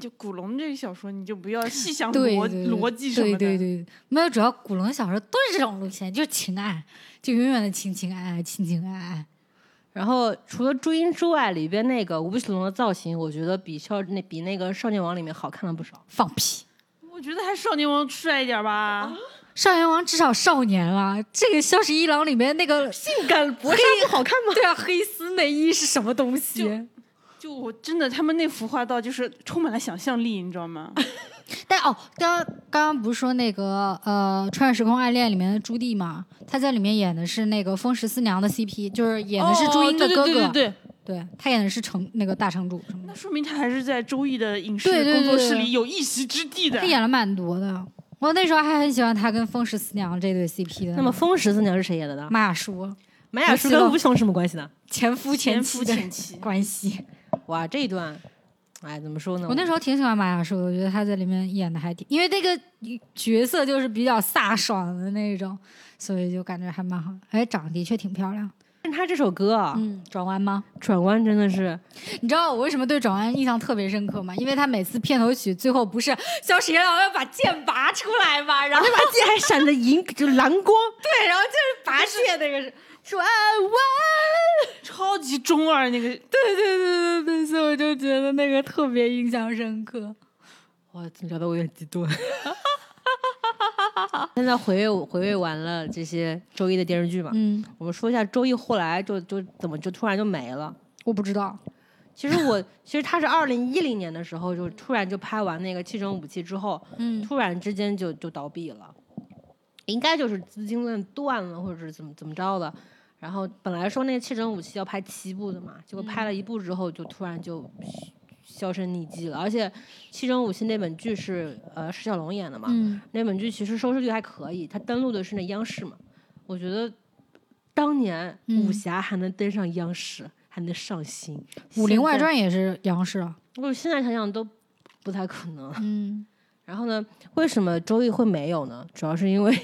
Speaker 3: 就古龙这个小说，你就不要细想
Speaker 2: 对
Speaker 3: 逻
Speaker 2: 对对
Speaker 3: 逻辑什么的。
Speaker 2: 对对对，没有，主要古龙小说都是这种路线，就是情爱，就永远的情情爱爱，情情爱爱。
Speaker 1: 然后除了朱茵之外，里边那个吴奇隆的造型，我觉得比少那比那个《少年王》里面好看了不少。
Speaker 2: 放屁！
Speaker 3: 我觉得还是少年王帅一点吧。
Speaker 2: 少年王至少少年啊，这个《萧十一郎》里面那个
Speaker 1: 性感薄纱不好看吗？
Speaker 2: 对啊，黑丝内衣是什么东
Speaker 3: 就
Speaker 2: 西？
Speaker 3: 就我真的，他们那幅画到就是充满了想象力，你知道吗？
Speaker 2: 但哦，刚刚刚不是说那个呃《穿越时空爱恋》里面的朱棣嘛，他在里面演的是那个风十四娘的 CP，就是演的是朱茵的哥哥，
Speaker 3: 哦对对对对对，
Speaker 2: 对他演的是城那个大城主什么的
Speaker 3: 那，说明他还是在周易的影视
Speaker 2: 对对对
Speaker 3: 工作室
Speaker 2: 对
Speaker 3: 里有一席之地的。
Speaker 2: 他演了蛮多的。我那时候还很喜欢他跟风十四娘这对 CP 的。
Speaker 1: 那么《风十四娘》是谁演的呢？
Speaker 2: 玛雅叔
Speaker 1: 玛
Speaker 2: 嗯我
Speaker 1: 雅
Speaker 2: 知
Speaker 1: 叔
Speaker 2: 道
Speaker 1: 跟吴奇隆什么关系呢？
Speaker 2: 前夫 (laughs)
Speaker 3: 前
Speaker 2: 妻
Speaker 3: 夫
Speaker 2: 的
Speaker 3: 前妻，
Speaker 2: 关系，
Speaker 1: 哇，这一段哎，怎么说呢？
Speaker 2: 我那时候挺喜欢马雅树的，我觉得她在里面演的还挺，因为这个角色就是比较飒爽的那种，所以就感觉还蛮好。哎，长得的确挺漂亮。
Speaker 1: 但他这首歌啊，
Speaker 2: 嗯，转弯吗？
Speaker 1: 转弯真的是
Speaker 2: 你知道我为什么对转弯印象特别深刻吗？因为他每次片头曲最后不是肖史元老要把剑拔出来吗？然后
Speaker 1: 那把剑还闪着银， (laughs) 就蓝光。
Speaker 2: 对，然后就是拔剑那个是转弯。
Speaker 3: 超级中二那个，
Speaker 2: 对对对对对，所以我就觉得那个特别印象深刻。
Speaker 1: 哇，怎么聊得我有点激动？ (laughs) 现在回味回味完了这些周一的电视剧嘛，
Speaker 2: 嗯，
Speaker 1: 我们说一下周一后来就就怎么就突然就没了。
Speaker 2: 我不知道，
Speaker 1: 其实我其实他是二零一零年的时候就突然就拍完那个《七乘武器》之后，
Speaker 2: 嗯，
Speaker 1: 突然之间就就倒闭了，应该就是资金链断了，或者是怎么怎么着的。然后本来说那个《七乘武器》要拍七部的嘛，结果
Speaker 2: 嗯
Speaker 1: 拍了一部之后就突然就销声匿迹了。而且《七乘武器》那本剧是呃释小龙演的嘛，
Speaker 2: 嗯，
Speaker 1: 那本剧其实收视率还可以，它登录的是那央视嘛。我觉得当年
Speaker 2: 嗯
Speaker 1: 武侠还能登上央视，还能上新，
Speaker 2: 《武林外
Speaker 1: 现在
Speaker 2: 传》也是央视啊，
Speaker 1: 我现在想想都不太可能。
Speaker 2: 嗯，
Speaker 1: 然后呢，为什么周易会没有呢？主要是因为，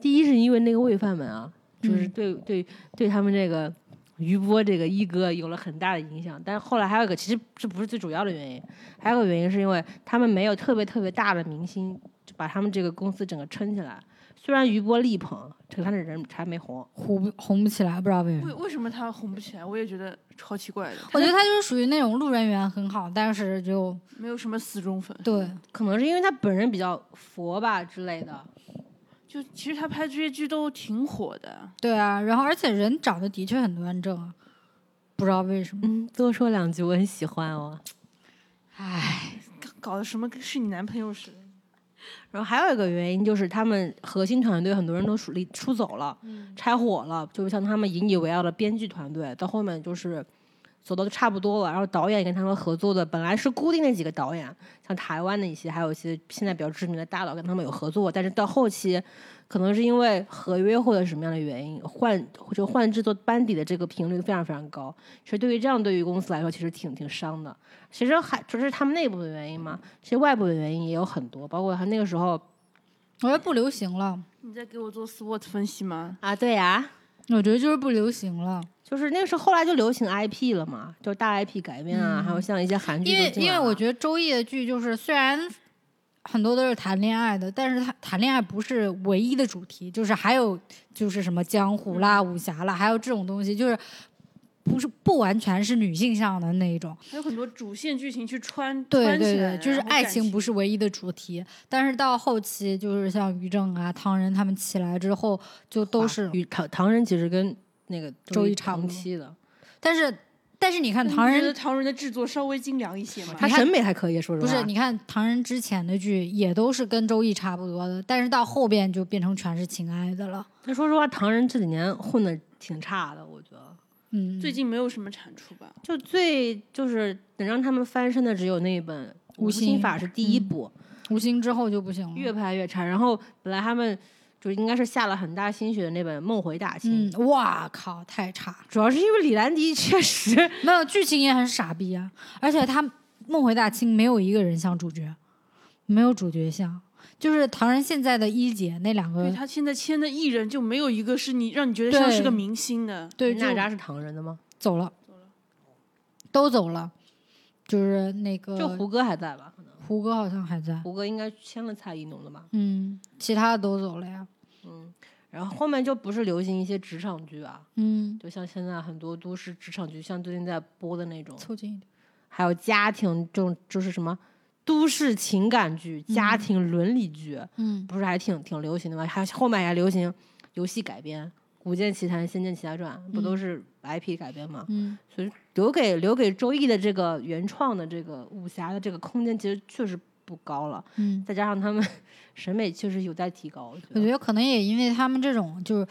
Speaker 1: 第一是因为那个魏范们啊，就是
Speaker 2: 嗯
Speaker 1: 对、对对他们这个余波这个一哥有了很大的影响。但是后来还有一个，其实这不是最主要的原因，还有个原因是因为他们没有特别特别大的明星，就把他们这个公司整个撑起来。虽然余波力捧，可他的人还没红。
Speaker 2: 红不红不起来，不知道为什
Speaker 3: 为
Speaker 2: 么。
Speaker 3: 为什么他红不起来？我也觉得超奇怪的，
Speaker 2: 我觉得他就是属于那种路人缘很好，但是就
Speaker 3: 没有什么死忠粉。
Speaker 2: 对，
Speaker 1: 可能是因为他本人比较佛吧之类的，
Speaker 3: 就其实他拍这些剧都挺火的，
Speaker 2: 对啊，然后而且人长得的确很端正啊，不知道为什么。
Speaker 1: 嗯，多说两句，我很喜欢哦。
Speaker 2: 唉，
Speaker 3: 搞搞得什么跟是你男朋友似的。
Speaker 1: 然后还有一个原因就是，他们核心团队很多人都出离出走了，拆伙了，就像他们引以为傲的编剧团队，到后面就是走的差不多了。然后导演也跟他们合作的，本来是固定那几个导演，像台湾的一些，还有一些现在比较知名的大佬跟他们有合作，但是到后期可能是因为合约或者什么样的原因，换就换制作班底的这个频率非常非常高。其实对于这样对于公司来说，其实挺挺伤的。其实还除了他们内部的原因嘛，其实外部的原因也有很多，包括他那个时候
Speaker 2: 我觉得不流行了，
Speaker 3: 你在给我做 SWOT 分析吗？
Speaker 1: 啊，对呀、
Speaker 2: 我觉得就是不流行了，
Speaker 1: 就是那个时候后来就流行 IP 了嘛，就是大 IP 改编啊，还有像一些韩剧
Speaker 2: 嗯因为
Speaker 1: 都进
Speaker 2: 因
Speaker 1: 来
Speaker 2: 为我
Speaker 3: 啊
Speaker 1: 了
Speaker 2: 觉得周易的剧就是虽然很多都是谈恋爱的，但是他谈恋爱不是唯一的主题，就是还有就是什么江湖啦、
Speaker 3: 嗯
Speaker 2: 武侠啦，还有这种东西，就是不是不完全是女性向的那一种。
Speaker 3: 还有很多主线剧情去穿
Speaker 2: 对
Speaker 3: 穿起
Speaker 2: 对
Speaker 3: 来啊
Speaker 2: 对，就是
Speaker 3: 然后
Speaker 2: 爱
Speaker 3: 感
Speaker 2: 情不是唯一的主题，但是到后期就是像于正啊、唐人他们起来之后，就都
Speaker 1: 啊
Speaker 2: 是，
Speaker 1: 与唐唐人其实跟那个
Speaker 2: 周
Speaker 1: 一
Speaker 2: 一差不
Speaker 1: 同
Speaker 2: 多
Speaker 1: 期的，
Speaker 2: 但是但是你看唐
Speaker 3: 你不觉得
Speaker 2: 人。
Speaker 3: 唐人的制作稍微精良一些嘛。
Speaker 1: 他
Speaker 2: 看
Speaker 1: 审美还可以，说实
Speaker 2: 不
Speaker 1: 话。
Speaker 2: 是，你看唐人之前的剧也都是跟周易差不多的，但是到后边就变成全是情爱的了。
Speaker 1: 但说实话，唐人这几年混的挺差的，我觉得。
Speaker 2: 嗯，
Speaker 3: 最近没有什么产出吧？
Speaker 1: 就最就是能让他们翻身的只有那一本《
Speaker 2: 无
Speaker 1: 无
Speaker 2: 心
Speaker 1: 心法》是第一
Speaker 2: 嗯
Speaker 1: 部，
Speaker 2: 无心之后就不行
Speaker 1: 越
Speaker 2: 了。
Speaker 1: 拍越差。然后本来他们就应该是下了很大心血的那本《梦回大清》
Speaker 2: 嗯，哇靠，太差！
Speaker 1: 主要是因为李兰迪确实
Speaker 2: 没有剧情也很傻逼啊，而且他《梦回大清》没有一个人像主角，没有主角像，就是唐人现在的一姐那两
Speaker 3: 对
Speaker 2: 个，
Speaker 3: 他现在签的艺人就没有一个是你让你觉得像是
Speaker 2: 对
Speaker 3: 个明星的。
Speaker 2: 对，就
Speaker 1: 娜扎是唐人的吗？
Speaker 2: 走了，都走了，就是那个
Speaker 1: 就胡歌还在吧？可能
Speaker 2: 胡歌好像还在，
Speaker 1: 胡歌应该签了蔡依农的吧？
Speaker 2: 嗯，其他的都走了呀，
Speaker 1: 嗯，然后后面就不是流行一些职场剧啊，
Speaker 2: 嗯，
Speaker 1: 就像现在很多都市职场剧，像最近在播的那种，
Speaker 2: 凑近一点，
Speaker 1: 还有家庭这种就是什么都市情感剧、家
Speaker 2: 嗯
Speaker 1: 庭伦理剧，
Speaker 2: 嗯，
Speaker 1: 不是还挺挺流行的吗？还后面还流行游戏改编，《古剑奇谭》《仙剑奇侠传》不都
Speaker 2: 嗯
Speaker 1: 是 IP 改编吗？
Speaker 2: 嗯，
Speaker 1: 所以留给留给周易的这个原创的这个武侠的这个空间，其实确实不高了。
Speaker 2: 嗯，
Speaker 1: 再加上他们 (laughs) 审美确实有待提高，我觉
Speaker 2: 我
Speaker 1: 得
Speaker 2: 觉得可能也因为他们这种就是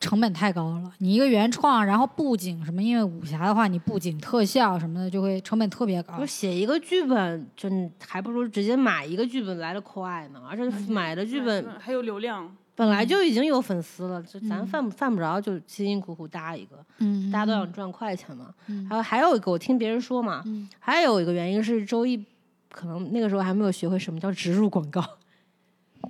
Speaker 2: 成本太高了，你一个原创，然后布景什么，因为武侠的话，你布景特效什么的就会成本特别高
Speaker 1: 就。写一个剧本，真还不如直接买一个剧本来的快呢。而且买的剧
Speaker 3: 买
Speaker 1: 本
Speaker 3: 个还有流量，
Speaker 1: 本来就已经有粉丝了，就咱犯不犯不着，就辛辛苦苦搭一个，
Speaker 2: 嗯，
Speaker 1: 大家都想赚快钱嘛。
Speaker 2: 嗯
Speaker 1: 还有还有一个，我听别人说嘛，
Speaker 2: 嗯
Speaker 1: 还有一个原因是周易可能那个时候还没有学会什么叫植入广告。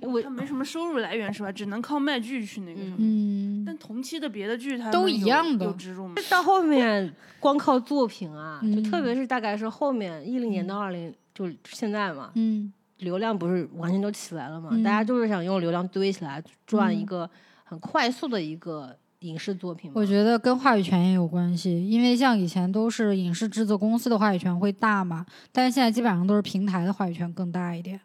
Speaker 1: 我
Speaker 3: 他没什么收入来源是吧？只能靠卖剧去那个什么。
Speaker 2: 嗯，
Speaker 3: 但同期的别的剧，它
Speaker 2: 都
Speaker 3: 们
Speaker 2: 一
Speaker 3: 有
Speaker 2: 样的
Speaker 3: 有
Speaker 2: (laughs)
Speaker 3: 植入吗？
Speaker 1: (laughs) 到后面光靠作品啊，
Speaker 2: 嗯
Speaker 1: 就特别是大概是后面一零年到二零，就现在嘛，
Speaker 2: 嗯
Speaker 1: 流量不是完全都起来了嘛，
Speaker 2: 嗯
Speaker 1: 大家就是想用流量堆起来赚一个很快速的一个影视作品嘛。
Speaker 2: 我觉得跟话语权也有关系，因为像以前都是影视制作公司的话语权会大嘛，但是现在基本上都是平台的话语权更大一点。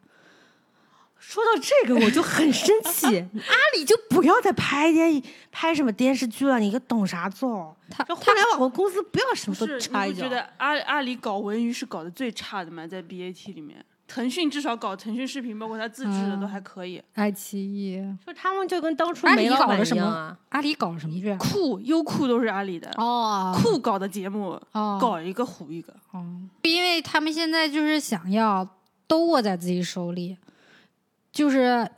Speaker 1: 说到这个，我就很生
Speaker 2: (laughs)
Speaker 1: 气，阿里就不要再拍电影、拍什么电视剧了，你个懂啥做？
Speaker 2: 他
Speaker 1: 这互联网公司不要什
Speaker 3: 不
Speaker 1: 么
Speaker 3: 是，
Speaker 1: 都
Speaker 3: 你
Speaker 1: 插一
Speaker 3: 不
Speaker 1: 脚
Speaker 3: 觉。得阿阿里搞文娱是搞得最差的吗？在 BAT 里面，腾讯至少搞腾讯视频，包括它自制的都
Speaker 2: 啊
Speaker 3: 还可以。
Speaker 2: 爱奇艺、
Speaker 1: 就他们就跟当初
Speaker 2: 阿
Speaker 1: 煤
Speaker 2: 里
Speaker 1: 老
Speaker 2: 搞
Speaker 1: 板
Speaker 2: 了
Speaker 1: 一
Speaker 2: 什
Speaker 1: 样啊
Speaker 2: 么，？阿里搞了什么剧啊？
Speaker 3: 酷优酷都是阿里的，
Speaker 2: 哦
Speaker 3: 酷搞的节目，
Speaker 2: 哦，
Speaker 3: 搞一个糊一个。
Speaker 2: 哦，因为他们现在就是想要都握在自己手里，就是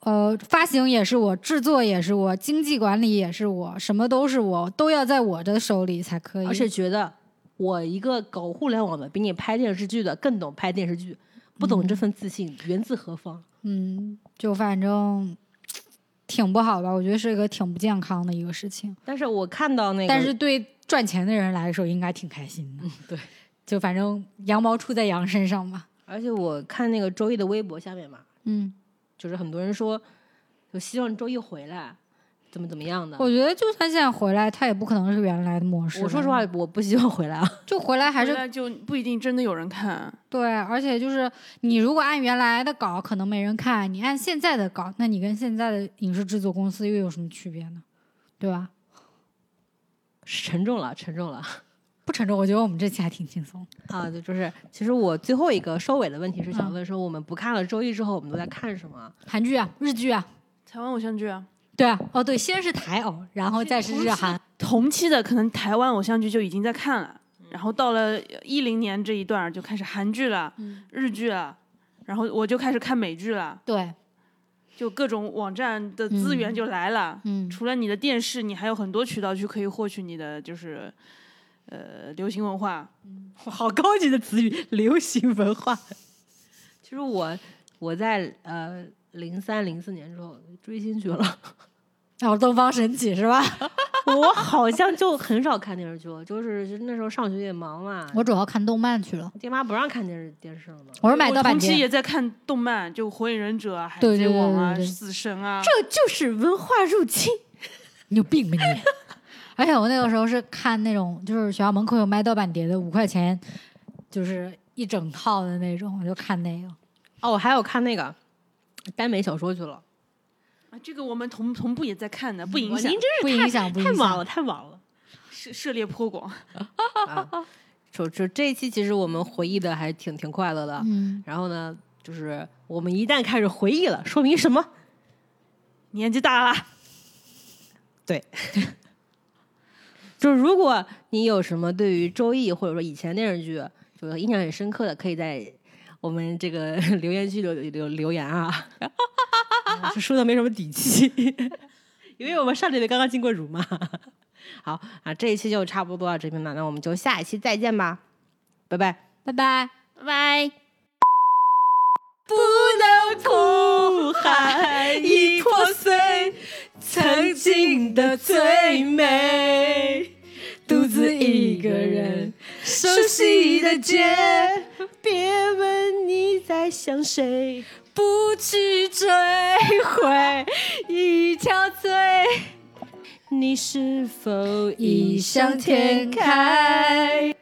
Speaker 2: 呃，发行也是我，制作也是我，经济管理也是我，什么都是我，都要在我的手里才可以。
Speaker 1: 而且觉得我一个搞互联网的，比你拍电视剧的更懂拍电视剧，不懂这份自信源自何方？
Speaker 2: 嗯，就反正挺不好吧，我觉得是一个挺不健康的一个事情，
Speaker 1: 但是我看到那个，嗯
Speaker 2: 但是对赚钱的人来说应该挺开心的。
Speaker 1: 对，
Speaker 2: 就反正羊毛出在羊身上嘛。
Speaker 1: 而且我看那个周易的微博下面嘛，
Speaker 2: 嗯，
Speaker 1: 就是很多人说，就希望周易回来，怎么怎么样的。
Speaker 2: 我觉得就算现在回来，他也不可能是原来的模式。
Speaker 1: 我说实话，，我不希望回来啊。 (laughs)
Speaker 2: 就回来还是
Speaker 3: 回来就不一定真的有人看。
Speaker 2: 对，而且就是你如果按原来的稿，可能没人看；你按现在的稿，那你跟现在的影视制作公司又有什么区别呢？对吧？
Speaker 1: 沉重了，沉重了
Speaker 2: 不沉重，我觉得我们这期还挺轻松。
Speaker 1: 啊！就就是，其实我最后一个收尾的问题是想
Speaker 2: 嗯
Speaker 1: 问说，我们不看了周易之后，我们都在看什么？
Speaker 2: 韩剧啊，日剧啊，
Speaker 3: 台湾偶像剧啊，
Speaker 2: 对啊，哦对，先是台偶，然后再是日韩。
Speaker 3: 同期的可能台湾偶像剧就已经在看了，
Speaker 2: 嗯
Speaker 3: 然后到了一零年这一段儿就开始韩剧了、
Speaker 2: 嗯
Speaker 3: 日剧了，然后我就开始看美剧了，
Speaker 2: 对，
Speaker 3: 就各种网站的资源
Speaker 2: 嗯
Speaker 3: 就来了。
Speaker 2: 嗯
Speaker 3: 除了你的电视，你还有很多渠道去可以获取你的就是呃流行文化。
Speaker 1: (laughs) 好高级的词语，流行文化。 (laughs) 其实我我在呃零三零四年之后追星去 (laughs) 了，
Speaker 2: 然后东方神起是吧？
Speaker 1: 我好像就很少看电视剧了，就是那时候上学也忙嘛，
Speaker 2: 我主要看动漫去了，
Speaker 1: 爹妈不让看电视电视了嘛。
Speaker 2: 我是买
Speaker 3: 我
Speaker 2: 盗版
Speaker 3: 同期
Speaker 2: 碟。
Speaker 3: 也在看动漫，就《火影忍者》啊、《海
Speaker 2: 对
Speaker 3: 贼
Speaker 2: 对对
Speaker 3: 王》啊、
Speaker 2: 对对
Speaker 3: 死神》啊。
Speaker 1: 这就是文化入侵。
Speaker 2: 你有病吧你？ (laughs) 而且我那个时候是看那种，就是学校门口有卖盗版碟的，五块钱，就是一整套的那种，我就看那个。
Speaker 1: 哦，我还有看那个耽美小说去了。
Speaker 3: 啊这个我们同同步也在看的，不
Speaker 2: 嗯
Speaker 3: 影
Speaker 1: 哇
Speaker 3: 响
Speaker 1: 您真是
Speaker 2: 不
Speaker 1: 太
Speaker 2: 影响不
Speaker 1: 太
Speaker 2: 影
Speaker 1: 忙
Speaker 2: 响。
Speaker 1: 了，太忙了。
Speaker 3: 涉涉猎颇广。
Speaker 1: 啊，就就这一期，其实我们回忆的还挺挺快乐的。
Speaker 2: 嗯，
Speaker 1: 然后呢，就是我们一旦开始回忆了，说明什么？
Speaker 3: 年纪大了，
Speaker 1: 就是如果你有什么对于《周易》或者说以前电视剧就是印象很深刻的，可以在我们这个 (laughs) 留言区留留留言 (laughs) 啊。就说的没什么底气， (laughs) 因为我们上礼拜刚刚经过辱骂。 (laughs) 好啊，这一期就差不多到这边吧，那我们就下一期再见吧，拜拜。
Speaker 2: 拜拜。
Speaker 3: 拜拜。
Speaker 1: 不能哭，还已破碎，曾经的最美。独自一个人，熟悉的街，别问你在想谁，不去追悔一条罪。你是否异想天开？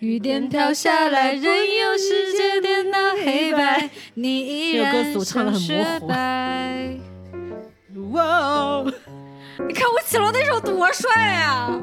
Speaker 2: 雨点飘下来，任由世界颠倒黑白，你依然
Speaker 1: 这个歌词我唱得很模糊
Speaker 2: 像雪白
Speaker 1: (laughs) 哇哦！
Speaker 2: 你看吴奇隆那时候多帅啊！